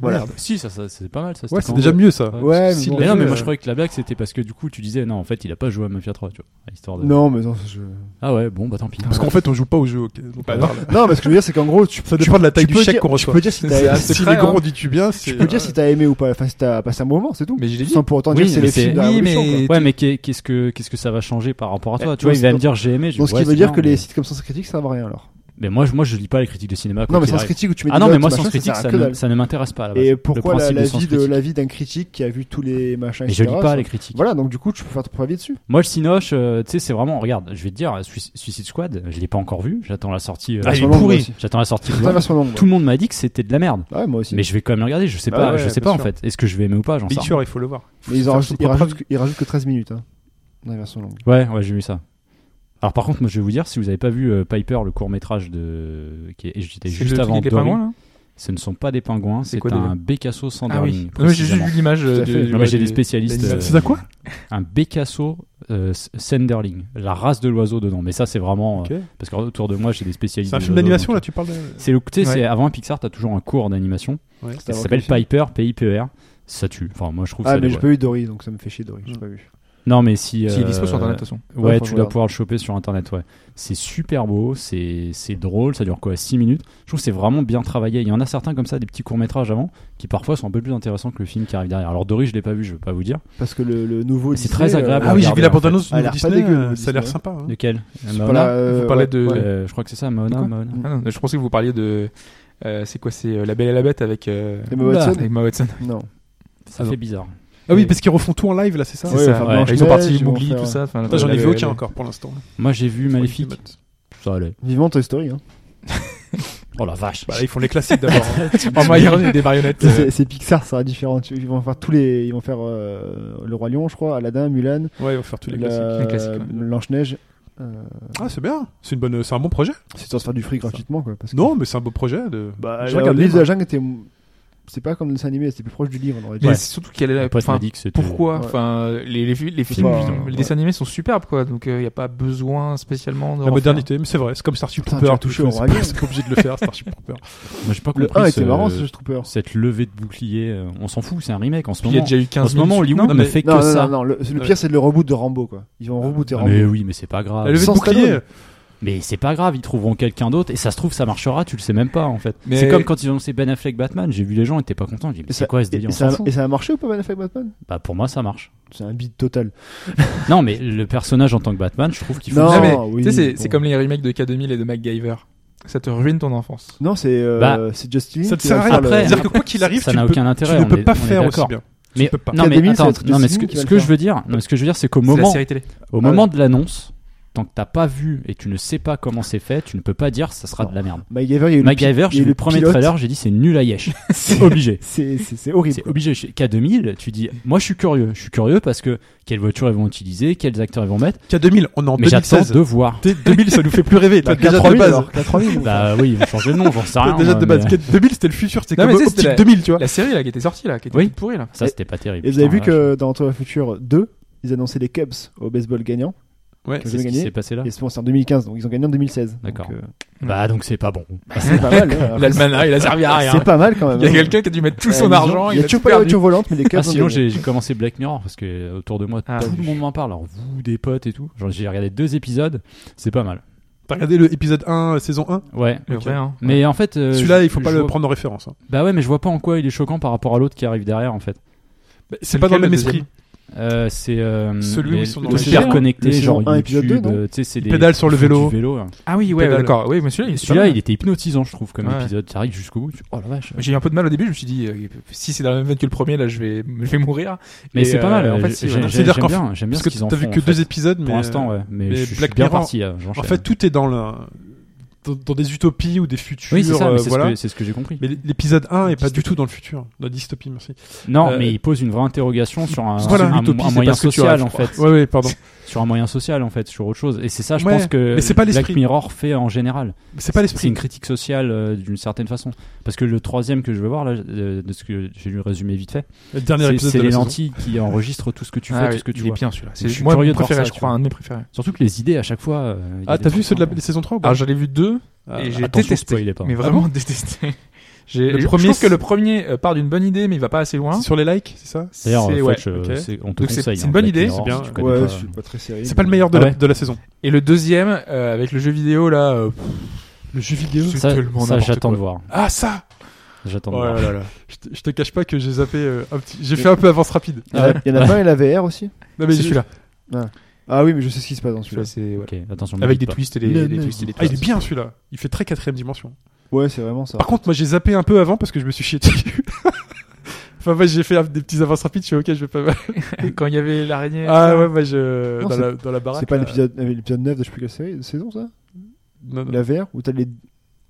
[SPEAKER 2] Voilà.
[SPEAKER 3] Si, ça, ça c'est pas mal ça.
[SPEAKER 1] Ouais,
[SPEAKER 3] c'était
[SPEAKER 1] c'est
[SPEAKER 3] quand-
[SPEAKER 1] déjà mieux ça.
[SPEAKER 3] Ouais,
[SPEAKER 2] Ouais, mais
[SPEAKER 1] Si,
[SPEAKER 2] bon,
[SPEAKER 3] Mais non, mais
[SPEAKER 1] Euh,
[SPEAKER 3] moi je croyais que la blague c'était parce que du coup tu disais non, en fait il a pas joué à Mafia 3, tu vois. Histoire de...
[SPEAKER 2] Non, mais non, je-
[SPEAKER 3] Ah ouais, bon bah tant pis.
[SPEAKER 1] Parce qu'en fait, on joue pas au jeu. ok, donc on parle.
[SPEAKER 2] non, mais ce que je veux dire, c'est qu'en gros, tu,
[SPEAKER 1] Bah Ça dépend de la taille
[SPEAKER 2] tu
[SPEAKER 1] du
[SPEAKER 2] peux
[SPEAKER 1] chèque
[SPEAKER 2] dire-
[SPEAKER 1] qu'on
[SPEAKER 2] tu
[SPEAKER 1] reçoit.
[SPEAKER 2] peux dire si
[SPEAKER 4] C'est
[SPEAKER 2] t'as,
[SPEAKER 4] assez
[SPEAKER 1] Si
[SPEAKER 4] secret,
[SPEAKER 1] les gros
[SPEAKER 4] hein.
[SPEAKER 1] on dit tu bien, c'est. euh,
[SPEAKER 2] tu peux dire si t'as aimé ou pas, enfin, si t'as passé un bon moment, c'est tout.
[SPEAKER 4] Mais je l'ai dit.
[SPEAKER 2] Sans pour autant
[SPEAKER 3] Oui,
[SPEAKER 2] dire que c'est
[SPEAKER 3] mais
[SPEAKER 2] les
[SPEAKER 3] c'est-
[SPEAKER 2] films de la
[SPEAKER 4] Oui,
[SPEAKER 2] révolution,
[SPEAKER 4] mais-
[SPEAKER 2] quoi.
[SPEAKER 3] Ouais, mais qu'est- qu'est-ce que qu'est-ce que ça va changer par rapport à toi
[SPEAKER 2] Eh,
[SPEAKER 3] Tu vois,
[SPEAKER 2] donc,
[SPEAKER 3] il va me
[SPEAKER 2] donc-
[SPEAKER 3] dire j'ai aimé. je dis,
[SPEAKER 2] Donc, ce
[SPEAKER 3] ouais,
[SPEAKER 2] qui veut
[SPEAKER 3] c'est
[SPEAKER 2] dire
[SPEAKER 3] bien,
[SPEAKER 2] que
[SPEAKER 3] mais-
[SPEAKER 2] les sites comme Sens Critique, ça va rien alors.
[SPEAKER 3] Mais moi, je- moi je lis pas les critiques de cinéma. quoi
[SPEAKER 2] Non, mais
[SPEAKER 3] qu'il
[SPEAKER 2] Sens
[SPEAKER 3] arrive.
[SPEAKER 2] Critique où tu mets
[SPEAKER 3] Ah
[SPEAKER 2] des
[SPEAKER 3] non, mais
[SPEAKER 2] notes,
[SPEAKER 3] moi
[SPEAKER 2] machin,
[SPEAKER 3] sans
[SPEAKER 2] ça
[SPEAKER 3] critique,
[SPEAKER 2] sert à
[SPEAKER 3] ça
[SPEAKER 2] que
[SPEAKER 3] ne,
[SPEAKER 2] dalle.
[SPEAKER 3] ça ne m'intéresse pas. là
[SPEAKER 2] Et pourquoi la, la
[SPEAKER 3] vie
[SPEAKER 2] vie de la vie d'un critique qui a vu tous les machins
[SPEAKER 3] Mais je lis
[SPEAKER 2] etc.,
[SPEAKER 3] pas
[SPEAKER 2] ça-
[SPEAKER 3] les critiques.
[SPEAKER 2] Voilà, donc du coup, tu peux faire ton avis dessus.
[SPEAKER 3] Moi, le Cinoche, euh, tu sais, c'est vraiment. Regarde, je vais te dire, Sui- Suicide Squad, je l'ai pas encore vu. J'attends la sortie. euh,
[SPEAKER 1] Ah, il est
[SPEAKER 2] Version longue,
[SPEAKER 1] pourri.
[SPEAKER 2] moi aussi.
[SPEAKER 3] J'attends la sortie.
[SPEAKER 2] Putain, version longue.
[SPEAKER 3] Tout le monde m'a dit que c'était de la merde.
[SPEAKER 2] Ouais, moi aussi.
[SPEAKER 3] Mais je vais quand même le regarder. Je sais
[SPEAKER 2] Bah
[SPEAKER 3] pas.
[SPEAKER 2] ouais,
[SPEAKER 3] je sais
[SPEAKER 2] bien
[SPEAKER 3] pas en
[SPEAKER 2] sûr.
[SPEAKER 3] fait. Est-ce que je vais aimer ou pas J'en sais
[SPEAKER 1] Bien
[SPEAKER 3] rien.
[SPEAKER 1] sûr, il faut le voir.
[SPEAKER 2] Mais ils,
[SPEAKER 1] Faut
[SPEAKER 2] en
[SPEAKER 1] faire
[SPEAKER 2] rajoutent,
[SPEAKER 1] son
[SPEAKER 2] ils,
[SPEAKER 1] propre-
[SPEAKER 2] rajoutent, que- ils rajoutent que 13 minutes. Hein. La version longue.
[SPEAKER 3] Ouais, ouais, j'ai vu ça. Alors par contre, moi, je vais vous dire, si vous avez pas vu euh, Piper, le court métrage de qui est j'étais
[SPEAKER 4] C'est
[SPEAKER 3] juste
[SPEAKER 4] le truc
[SPEAKER 3] avant
[SPEAKER 4] avec les
[SPEAKER 3] Dory,
[SPEAKER 4] pingouins, là
[SPEAKER 3] ce ne sont pas des pingouins, c'est
[SPEAKER 4] quoi, déjà
[SPEAKER 3] un bécasso sans
[SPEAKER 4] Ah
[SPEAKER 3] darling.
[SPEAKER 4] oui. Non, mais J'ai juste
[SPEAKER 3] précisément.
[SPEAKER 4] vu l'image
[SPEAKER 2] Tout à
[SPEAKER 4] euh,
[SPEAKER 2] fait.
[SPEAKER 4] de.
[SPEAKER 3] Non, mais
[SPEAKER 4] ouais,
[SPEAKER 3] j'ai des
[SPEAKER 4] du-
[SPEAKER 3] spécialistes.
[SPEAKER 4] l'animal.
[SPEAKER 3] euh,
[SPEAKER 1] C'est à quoi
[SPEAKER 3] Un bécasso euh, s- senderling, la race de l'oiseau dedans. Mais ça, c'est vraiment euh,
[SPEAKER 1] Ok.
[SPEAKER 3] parce qu'autour de moi, j'ai des spécialistes.
[SPEAKER 1] C'est un
[SPEAKER 3] des
[SPEAKER 1] film
[SPEAKER 3] oiseaux,
[SPEAKER 1] d'animation
[SPEAKER 3] donc, euh,
[SPEAKER 1] là, tu parles de.
[SPEAKER 3] C'est le, tu sais,
[SPEAKER 4] Ouais.
[SPEAKER 3] c'est avant Pixar, t'as toujours un cours d'animation.
[SPEAKER 1] Ouais.
[SPEAKER 2] C'était
[SPEAKER 3] Ça
[SPEAKER 2] avant
[SPEAKER 3] s'appelle
[SPEAKER 2] quel film
[SPEAKER 3] Piper, P-I-P-E-R. Ça tue. Enfin, moi, je trouve
[SPEAKER 2] Ah,
[SPEAKER 3] ça.
[SPEAKER 2] mais
[SPEAKER 3] les-
[SPEAKER 2] j'ai pas vu Dory, donc ça me fait chier Dory. J'ai
[SPEAKER 1] Mm.
[SPEAKER 2] pas vu.
[SPEAKER 3] Non, mais si.
[SPEAKER 4] Qui est dispo
[SPEAKER 3] euh,
[SPEAKER 4] sur internet de toute façon.
[SPEAKER 3] Ouais,
[SPEAKER 2] Ouais, faut
[SPEAKER 3] tu
[SPEAKER 2] que
[SPEAKER 3] dois
[SPEAKER 2] je
[SPEAKER 3] pouvoir le choper sur internet, ouais. C'est super beau, c'est c'est drôle, ça dure quoi 6 minutes. Je trouve que c'est vraiment bien travaillé. Il y en a certains comme ça, des petits courts-métrages avant, qui parfois sont un peu plus intéressants que le film qui arrive derrière. Alors Dory, je l'ai pas vu, je veux pas vous dire.
[SPEAKER 2] Parce que le, le nouveau.
[SPEAKER 3] Mais c'est
[SPEAKER 2] Disney,
[SPEAKER 3] très
[SPEAKER 2] euh,
[SPEAKER 3] agréable.
[SPEAKER 1] Ah oui, j'ai vu
[SPEAKER 3] Regardez,
[SPEAKER 1] la
[SPEAKER 3] en fait.
[SPEAKER 1] bande-annonce du
[SPEAKER 2] Ah, elle a
[SPEAKER 1] nouveau
[SPEAKER 2] pas
[SPEAKER 1] Disney.
[SPEAKER 2] dégueu, le
[SPEAKER 1] euh, Ça a l'air
[SPEAKER 2] Disney.
[SPEAKER 1] sympa. hein.
[SPEAKER 3] Lequel
[SPEAKER 2] c'est pas
[SPEAKER 3] Maona
[SPEAKER 2] la- euh,
[SPEAKER 4] Vous parlez
[SPEAKER 2] ouais,
[SPEAKER 4] de-
[SPEAKER 2] ouais.
[SPEAKER 3] Euh, Je crois que c'est ça, Maona.
[SPEAKER 4] Quoi
[SPEAKER 3] Maona.
[SPEAKER 4] Ah non, je pensais que vous parliez de. euh, c'est quoi C'est euh, La Belle et la Bête avec. euh,
[SPEAKER 2] Emma Watson
[SPEAKER 4] avec Emma Watson.
[SPEAKER 2] Bah. Non.
[SPEAKER 3] Ça
[SPEAKER 4] Ah
[SPEAKER 3] fait
[SPEAKER 4] non.
[SPEAKER 3] bizarre.
[SPEAKER 1] Ah oui, parce qu'ils refont tout en live là, c'est ça
[SPEAKER 4] C'est
[SPEAKER 2] Ouais,
[SPEAKER 4] ça,
[SPEAKER 2] enfin,
[SPEAKER 4] ouais.
[SPEAKER 2] Blanche-Neige,
[SPEAKER 4] Ils ont parti
[SPEAKER 2] ils vont
[SPEAKER 4] Mowgli,
[SPEAKER 2] faire-
[SPEAKER 4] tout ça. enfin,
[SPEAKER 1] Putain,
[SPEAKER 4] la-
[SPEAKER 1] J'en ai
[SPEAKER 4] la-
[SPEAKER 1] vu
[SPEAKER 4] la-
[SPEAKER 1] aucun encore pour l'instant.
[SPEAKER 3] Moi, j'ai vu Maléfique.
[SPEAKER 1] Bah,
[SPEAKER 3] Ça allait.
[SPEAKER 2] Vivant Toy Story. Hein.
[SPEAKER 3] Oh la vache.
[SPEAKER 1] là, ils font les classiques d'abord. hein.
[SPEAKER 4] En moyen des marionnettes. euh,
[SPEAKER 2] C'est c'est Pixar, ça sera différent. Tu- Ils vont faire tous les. Ils vont faire euh, Le Roi Lion, je crois, Aladdin, Mulan,
[SPEAKER 1] Ouais, ils vont faire tous les classiques.
[SPEAKER 2] la-
[SPEAKER 4] Les classiques, ouais.
[SPEAKER 2] Blanche-Neige. euh,
[SPEAKER 1] Ah, c'est bien. C'est une bonne, c'est un bon projet.
[SPEAKER 2] C'est histoire de se faire du fric gratuitement, quoi. parce que-
[SPEAKER 1] Non, mais c'est un beau projet. De...
[SPEAKER 2] Bah,
[SPEAKER 1] J'ai
[SPEAKER 2] le
[SPEAKER 1] regardé,
[SPEAKER 2] livre de la
[SPEAKER 1] moi.
[SPEAKER 2] jungle était. C'est pas comme le dessin animé, c'était plus proche du livre, on aurait dit.
[SPEAKER 4] Mais c'est surtout qu'elle est là.
[SPEAKER 3] Après, je
[SPEAKER 4] enfin,
[SPEAKER 3] me dis que c'était-
[SPEAKER 4] Pourquoi
[SPEAKER 2] Ouais.
[SPEAKER 4] Enfin, les, les, les films,
[SPEAKER 2] pas-
[SPEAKER 4] les
[SPEAKER 2] ouais.
[SPEAKER 4] dessins animés sont superbes, quoi. Donc, il n'y a pas besoin spécialement
[SPEAKER 1] La
[SPEAKER 4] de. refaire.
[SPEAKER 1] modernité, mais c'est vrai, c'est comme Starship
[SPEAKER 2] Putain, tu
[SPEAKER 1] Trooper.
[SPEAKER 2] as touché au
[SPEAKER 1] c'est
[SPEAKER 2] roi
[SPEAKER 1] pas-
[SPEAKER 2] lion.
[SPEAKER 1] c'est pas obligé de le faire, Starship Trooper.
[SPEAKER 3] Moi, j'ai pas
[SPEAKER 2] Le
[SPEAKER 3] compris.
[SPEAKER 2] 1
[SPEAKER 3] ce-
[SPEAKER 2] était marrant, ce Trooper.
[SPEAKER 3] Cette levée de bouclier, euh, on s'en fout, c'est un remake en ce
[SPEAKER 4] Puis il y a
[SPEAKER 3] moment.
[SPEAKER 4] déjà eu 15
[SPEAKER 3] En ce moment,
[SPEAKER 4] minutes.
[SPEAKER 3] Hollywood
[SPEAKER 4] Non,
[SPEAKER 3] ne
[SPEAKER 4] mais-
[SPEAKER 3] fait que
[SPEAKER 2] Non, non,
[SPEAKER 3] ça.
[SPEAKER 2] non, non, le, le
[SPEAKER 1] Ouais.
[SPEAKER 2] pire c'est de le reboot de Rambo quoi. Ils vont rebooter
[SPEAKER 3] Ah,
[SPEAKER 2] Rambo.
[SPEAKER 3] Mais oui, mais c'est pas grave.
[SPEAKER 1] La levée de
[SPEAKER 2] Sans
[SPEAKER 1] bouclier.
[SPEAKER 2] Stallone.
[SPEAKER 3] Mais c'est pas grave, ils trouveront quelqu'un d'autre et ça se trouve ça marchera, tu le sais même pas en fait.
[SPEAKER 4] Mais-
[SPEAKER 3] C'est comme quand ils ont lancé Ben Affleck Batman, j'ai vu les gens étaient pas contents, j'ai dit mais
[SPEAKER 2] Et ça-
[SPEAKER 3] c'est quoi ce
[SPEAKER 2] Et,
[SPEAKER 3] délire on
[SPEAKER 2] ça,
[SPEAKER 3] s'en fout.
[SPEAKER 2] et ça a marché ou pas, Ben Affleck Batman
[SPEAKER 3] Bah pour moi ça marche.
[SPEAKER 2] C'est un bide total.
[SPEAKER 3] Non mais le personnage en tant que Batman, je trouve qu'il
[SPEAKER 2] Non,
[SPEAKER 3] faut
[SPEAKER 4] Ah, mais,
[SPEAKER 2] oui,
[SPEAKER 4] tu sais, c'est
[SPEAKER 2] bon.
[SPEAKER 4] c'est comme les remakes de K2000 et de MacGyver. Ça te ruine ton enfance.
[SPEAKER 2] Non, c'est euh,
[SPEAKER 3] Bah,
[SPEAKER 2] c'est Justin.
[SPEAKER 1] Ça te
[SPEAKER 2] qui
[SPEAKER 1] sert
[SPEAKER 2] va
[SPEAKER 1] à rien.
[SPEAKER 2] faire le-
[SPEAKER 3] Après,
[SPEAKER 1] C'est-à-dire que quoi qu'il arrive,
[SPEAKER 3] ça
[SPEAKER 1] tu,
[SPEAKER 3] n'a
[SPEAKER 1] ne peux-
[SPEAKER 3] aucun intérêt,
[SPEAKER 1] tu ne
[SPEAKER 3] on
[SPEAKER 1] peux
[SPEAKER 3] est-
[SPEAKER 1] pas
[SPEAKER 3] on est
[SPEAKER 1] faire aussi
[SPEAKER 3] d'accord.
[SPEAKER 1] bien.
[SPEAKER 3] mais
[SPEAKER 1] peux pas.
[SPEAKER 3] non mais
[SPEAKER 2] Academy, c'est
[SPEAKER 3] attends,
[SPEAKER 2] le truc de
[SPEAKER 3] non mais ce
[SPEAKER 2] Sydney
[SPEAKER 3] que,
[SPEAKER 2] qui va
[SPEAKER 3] ce
[SPEAKER 2] le
[SPEAKER 3] que
[SPEAKER 2] faire.
[SPEAKER 3] je veux dire, non, mais ce que je veux dire c'est qu'au
[SPEAKER 4] C'est la
[SPEAKER 3] moment
[SPEAKER 4] série télé.
[SPEAKER 3] au
[SPEAKER 2] Ah
[SPEAKER 3] moment de l'annonce, tant que t'as pas vu et tu ne sais pas comment c'est fait, tu ne peux pas dire ça sera de la merde.
[SPEAKER 2] MacGyver, il y a eu le
[SPEAKER 3] MacGyver,
[SPEAKER 2] pi- il y a
[SPEAKER 3] j'ai
[SPEAKER 2] eu
[SPEAKER 3] vu le premier
[SPEAKER 2] pilote.
[SPEAKER 3] trailer, j'ai dit c'est nul à Yesh. C'est obligé.
[SPEAKER 2] [laughs] C'est c'est- c'est horrible.
[SPEAKER 3] C'est obligé. Chez K2000, tu dis, moi je suis curieux. Je suis curieux parce que quelles voitures ils vont utiliser, quels acteurs ils vont mettre.
[SPEAKER 1] K2000, on est en
[SPEAKER 3] Mais j'attends
[SPEAKER 1] 2016.
[SPEAKER 3] de voir.
[SPEAKER 1] Dès 2000, ça nous fait plus rêver.
[SPEAKER 2] Bah,
[SPEAKER 1] Déjà de
[SPEAKER 2] 4000,
[SPEAKER 1] base.
[SPEAKER 2] alors, 4000, ou-
[SPEAKER 3] Bah oui, ils vont changer de nom, j'en sais rien.
[SPEAKER 1] Déjà de
[SPEAKER 3] moi,
[SPEAKER 1] base.
[SPEAKER 3] mais-
[SPEAKER 1] 2000, c'était le futur. C'est
[SPEAKER 4] Non,
[SPEAKER 1] comme
[SPEAKER 4] mais tu sais, c'était
[SPEAKER 1] Optique
[SPEAKER 4] la-
[SPEAKER 1] 2000, tu vois.
[SPEAKER 4] La série là qui était sortie là, qui était
[SPEAKER 3] Oui.
[SPEAKER 4] toute pourrie là.
[SPEAKER 3] Ça c'était pas terrible.
[SPEAKER 2] Et vous avez vu
[SPEAKER 3] putain, la vache.
[SPEAKER 2] que dans Retour vers le futur 2, ils annonçaient les Cubs au baseball gagnant.
[SPEAKER 1] Ouais.
[SPEAKER 2] que vous
[SPEAKER 3] C'est
[SPEAKER 2] avez
[SPEAKER 3] ce qui
[SPEAKER 2] gagné.
[SPEAKER 3] s'est passé là
[SPEAKER 2] Et c'est bon, c'est en 2015, donc ils ont gagné en 2016.
[SPEAKER 3] D'accord.
[SPEAKER 2] Donc, euh,
[SPEAKER 3] Bah donc c'est pas bon.
[SPEAKER 2] C'est pas mal.
[SPEAKER 3] [laughs]
[SPEAKER 2] hein.
[SPEAKER 4] L'Almanach, il a servi à rien.
[SPEAKER 2] C'est pas mal quand même.
[SPEAKER 4] Il y a quelqu'un qui a dû mettre tout son
[SPEAKER 2] Ouais, ils ont-
[SPEAKER 4] argent.
[SPEAKER 2] Il y a
[SPEAKER 4] tout
[SPEAKER 2] toujours pas la
[SPEAKER 4] perdu.
[SPEAKER 2] voiture volante, mais les Cubs.
[SPEAKER 3] Ah,
[SPEAKER 2] ont
[SPEAKER 3] sinon
[SPEAKER 2] gagné.
[SPEAKER 3] j'ai j'ai commencé Black Mirror parce que euh, autour de moi
[SPEAKER 4] Ah.
[SPEAKER 3] tout le monde m'en parle. Alors vous des potes et tout. Genre j'ai regardé deux épisodes. C'est pas mal.
[SPEAKER 1] T'as regardé le épisode 1, euh, saison 1
[SPEAKER 3] Ouais.
[SPEAKER 4] Le
[SPEAKER 1] Ok.
[SPEAKER 4] vrai, hein.
[SPEAKER 3] Mais en fait, euh,
[SPEAKER 1] Celui-là,
[SPEAKER 3] je-
[SPEAKER 1] il faut pas
[SPEAKER 3] je
[SPEAKER 1] le
[SPEAKER 3] vois-
[SPEAKER 1] prendre en référence. hein.
[SPEAKER 3] Bah ouais, mais je vois pas en quoi il est choquant par rapport à l'autre qui arrive derrière en fait.
[SPEAKER 1] Bah, C'est pas dans le
[SPEAKER 4] lequel,
[SPEAKER 1] même
[SPEAKER 4] le
[SPEAKER 1] esprit.
[SPEAKER 3] Euh, c'est euh,
[SPEAKER 1] Celui où
[SPEAKER 3] les-
[SPEAKER 1] ils sont dans
[SPEAKER 3] tous
[SPEAKER 2] le
[SPEAKER 3] hyper
[SPEAKER 2] saison-
[SPEAKER 3] connectés,
[SPEAKER 2] le saison
[SPEAKER 3] genre
[SPEAKER 2] un,
[SPEAKER 3] YouTube,
[SPEAKER 2] épisode deux, non
[SPEAKER 3] euh, tu sais, c'est
[SPEAKER 1] Ils
[SPEAKER 3] des
[SPEAKER 1] pédalent sur le
[SPEAKER 3] ils font
[SPEAKER 1] vélo.
[SPEAKER 3] du vélo hein.
[SPEAKER 4] Ah oui, ouais,
[SPEAKER 1] Pédale.
[SPEAKER 4] d'accord. Oui, mais celui-là, il est pas
[SPEAKER 3] Celui-là,
[SPEAKER 4] mal.
[SPEAKER 3] il était hypnotisant, je trouve, comme
[SPEAKER 4] Ouais.
[SPEAKER 3] épisode. Tu arrives jusqu'au bout, tu... oh la vache.
[SPEAKER 4] J'ai eu un peu de mal au début, je me suis dit, euh, si c'est dans la même veine que le premier, là, je vais, je vais mourir.
[SPEAKER 3] Mais
[SPEAKER 4] Et,
[SPEAKER 3] c'est pas
[SPEAKER 4] euh,
[SPEAKER 3] mal.
[SPEAKER 4] en fait,
[SPEAKER 3] j'ai-
[SPEAKER 4] si,
[SPEAKER 3] j'ai-
[SPEAKER 4] voilà.
[SPEAKER 3] j'ai-
[SPEAKER 1] C'est-à-dire
[SPEAKER 3] j'aime
[SPEAKER 1] qu'en
[SPEAKER 3] bien, j'aime bien
[SPEAKER 1] Parce
[SPEAKER 3] ce
[SPEAKER 1] que
[SPEAKER 3] qu'ils en
[SPEAKER 1] t'as vu
[SPEAKER 3] font,
[SPEAKER 1] que
[SPEAKER 3] en fait.
[SPEAKER 1] deux épisodes, mais.
[SPEAKER 3] pour l'instant,
[SPEAKER 1] euh,
[SPEAKER 3] ouais. Mais,
[SPEAKER 1] mais
[SPEAKER 3] je suis
[SPEAKER 1] Black
[SPEAKER 3] bien
[SPEAKER 1] Mirror,
[SPEAKER 3] parti. euh,
[SPEAKER 1] En
[SPEAKER 3] j'enchaîne.
[SPEAKER 1] fait, tout est dans le- dans dans des utopies ou des futurs.
[SPEAKER 3] oui, c'est ça.
[SPEAKER 1] euh,
[SPEAKER 3] mais c'est ce
[SPEAKER 1] voilà.
[SPEAKER 3] que- c'est ce que, j'ai compris.
[SPEAKER 1] Mais l'épisode 1 est pas
[SPEAKER 4] Dystopie.
[SPEAKER 1] du tout dans le futur. La dystopie, merci.
[SPEAKER 3] Non,
[SPEAKER 1] Euh,
[SPEAKER 3] mais il pose une vraie interrogation sur un,
[SPEAKER 1] Voilà.
[SPEAKER 3] un- un
[SPEAKER 4] L'utopie, c'est
[SPEAKER 3] moyen
[SPEAKER 4] pas ce que tu
[SPEAKER 3] social,
[SPEAKER 4] rêves,
[SPEAKER 3] en
[SPEAKER 4] je crois.
[SPEAKER 3] fait.
[SPEAKER 1] Ouais, ouais, pardon.
[SPEAKER 3] Sur un moyen social, en fait, sur autre chose. Et c'est ça, je
[SPEAKER 1] Ouais,
[SPEAKER 3] pense que
[SPEAKER 1] mais c'est pas
[SPEAKER 3] Black
[SPEAKER 1] l'esprit.
[SPEAKER 3] Mirror fait en général.
[SPEAKER 1] C'est pas
[SPEAKER 3] C'est une
[SPEAKER 1] l'esprit.
[SPEAKER 3] critique sociale euh, d'une certaine façon. Parce que le troisième que je veux voir, là, euh, de ce que j'ai lu résumé vite fait,
[SPEAKER 1] Le dernier
[SPEAKER 3] c'est
[SPEAKER 1] épisode
[SPEAKER 3] c'est
[SPEAKER 1] de la
[SPEAKER 3] les
[SPEAKER 1] saison.
[SPEAKER 3] lentilles qui enregistrent tout ce que tu fais,
[SPEAKER 4] Ah
[SPEAKER 3] tout
[SPEAKER 4] oui,
[SPEAKER 3] ce que tu
[SPEAKER 4] il est
[SPEAKER 3] vois.
[SPEAKER 4] bien celui-là.
[SPEAKER 3] Je suis
[SPEAKER 4] C'est moi
[SPEAKER 3] curieux
[SPEAKER 4] mon
[SPEAKER 3] de voir
[SPEAKER 4] préféré,
[SPEAKER 3] ça,
[SPEAKER 4] je
[SPEAKER 3] tu
[SPEAKER 4] crois,
[SPEAKER 3] vois.
[SPEAKER 4] un de mes préférés.
[SPEAKER 3] Surtout que les idées à chaque fois. euh, il y a
[SPEAKER 1] Ah,
[SPEAKER 3] des
[SPEAKER 1] t'as vu
[SPEAKER 3] trucs
[SPEAKER 1] ceux de la
[SPEAKER 3] sympas.
[SPEAKER 1] la saison 3 ou pas
[SPEAKER 4] Alors j'en ai vu deux
[SPEAKER 1] Ah,
[SPEAKER 4] et j'ai
[SPEAKER 3] attention,
[SPEAKER 4] détesté.
[SPEAKER 3] spoilez pas.
[SPEAKER 4] Mais
[SPEAKER 3] Ah
[SPEAKER 4] vraiment détesté. J'ai-
[SPEAKER 1] Le
[SPEAKER 4] je
[SPEAKER 1] premier,
[SPEAKER 4] trouve que
[SPEAKER 1] c'est-
[SPEAKER 4] le premier euh, part d'une bonne idée mais il va pas assez loin.
[SPEAKER 1] C'est Sur les likes, c'est ça
[SPEAKER 4] C'est
[SPEAKER 3] D'ailleurs,
[SPEAKER 4] ouais,
[SPEAKER 3] Fetch, euh,
[SPEAKER 1] ok.
[SPEAKER 3] c'est- on te
[SPEAKER 4] Donc c'est-
[SPEAKER 3] conseille.
[SPEAKER 4] c'est une bonne
[SPEAKER 3] Black
[SPEAKER 4] idée,
[SPEAKER 3] Mirror,
[SPEAKER 1] c'est
[SPEAKER 3] si
[SPEAKER 1] bien.
[SPEAKER 3] tu connais
[SPEAKER 2] Ouais,
[SPEAKER 3] pas.
[SPEAKER 2] je suis pas très sérieux.
[SPEAKER 1] C'est pas le meilleur de,
[SPEAKER 3] Ah
[SPEAKER 1] la,
[SPEAKER 3] ouais.
[SPEAKER 1] de la saison.
[SPEAKER 4] Et le deuxième euh, avec le jeu vidéo là euh, pff,
[SPEAKER 1] Le jeu vidéo.
[SPEAKER 4] c'est
[SPEAKER 3] Ça,
[SPEAKER 4] tellement
[SPEAKER 3] ça,
[SPEAKER 4] n'importe
[SPEAKER 3] j'attends
[SPEAKER 4] quoi.
[SPEAKER 3] de voir.
[SPEAKER 1] Ah, ça
[SPEAKER 3] J'attends de
[SPEAKER 1] Oh
[SPEAKER 3] voir.
[SPEAKER 1] là là là. Je te- je te cache pas que j'ai zappé euh, un petit. J'ai fait un peu avance rapide.
[SPEAKER 2] Il y en a- il y en a pas, et la VR aussi.
[SPEAKER 1] Non,
[SPEAKER 4] C'est
[SPEAKER 1] j'ai-
[SPEAKER 4] celui-là.
[SPEAKER 2] Ah oui, mais je sais ce qui se passe dans celui-là.
[SPEAKER 4] Celui-là, c'est- ouais.
[SPEAKER 3] Ok, attention.
[SPEAKER 4] Avec
[SPEAKER 3] me
[SPEAKER 4] des
[SPEAKER 3] dites
[SPEAKER 4] twists et des
[SPEAKER 2] Non,
[SPEAKER 4] des
[SPEAKER 2] non.
[SPEAKER 4] twists et des
[SPEAKER 1] Ah, il est
[SPEAKER 4] twists.
[SPEAKER 1] bien celui-là. Il fait très quatrième dimension.
[SPEAKER 2] Ouais, c'est vraiment ça.
[SPEAKER 1] Par contre, moi j'ai zappé un peu avant parce que je me suis chié dessus. [laughs] Enfin, moi j'ai fait des petits avances rapides, je suis ok, je vais pas.
[SPEAKER 4] [laughs] Quand il y avait l'araignée.
[SPEAKER 1] Ah ouais, moi je.
[SPEAKER 2] Non,
[SPEAKER 1] dans,
[SPEAKER 2] c'est-
[SPEAKER 1] la, dans la baraque.
[SPEAKER 2] C'est pas
[SPEAKER 1] là.
[SPEAKER 2] l'épisode euh, l'épisode 9 de je sais plus quelle série- saison, ça
[SPEAKER 1] Non, non.
[SPEAKER 2] La VR Où t'as les.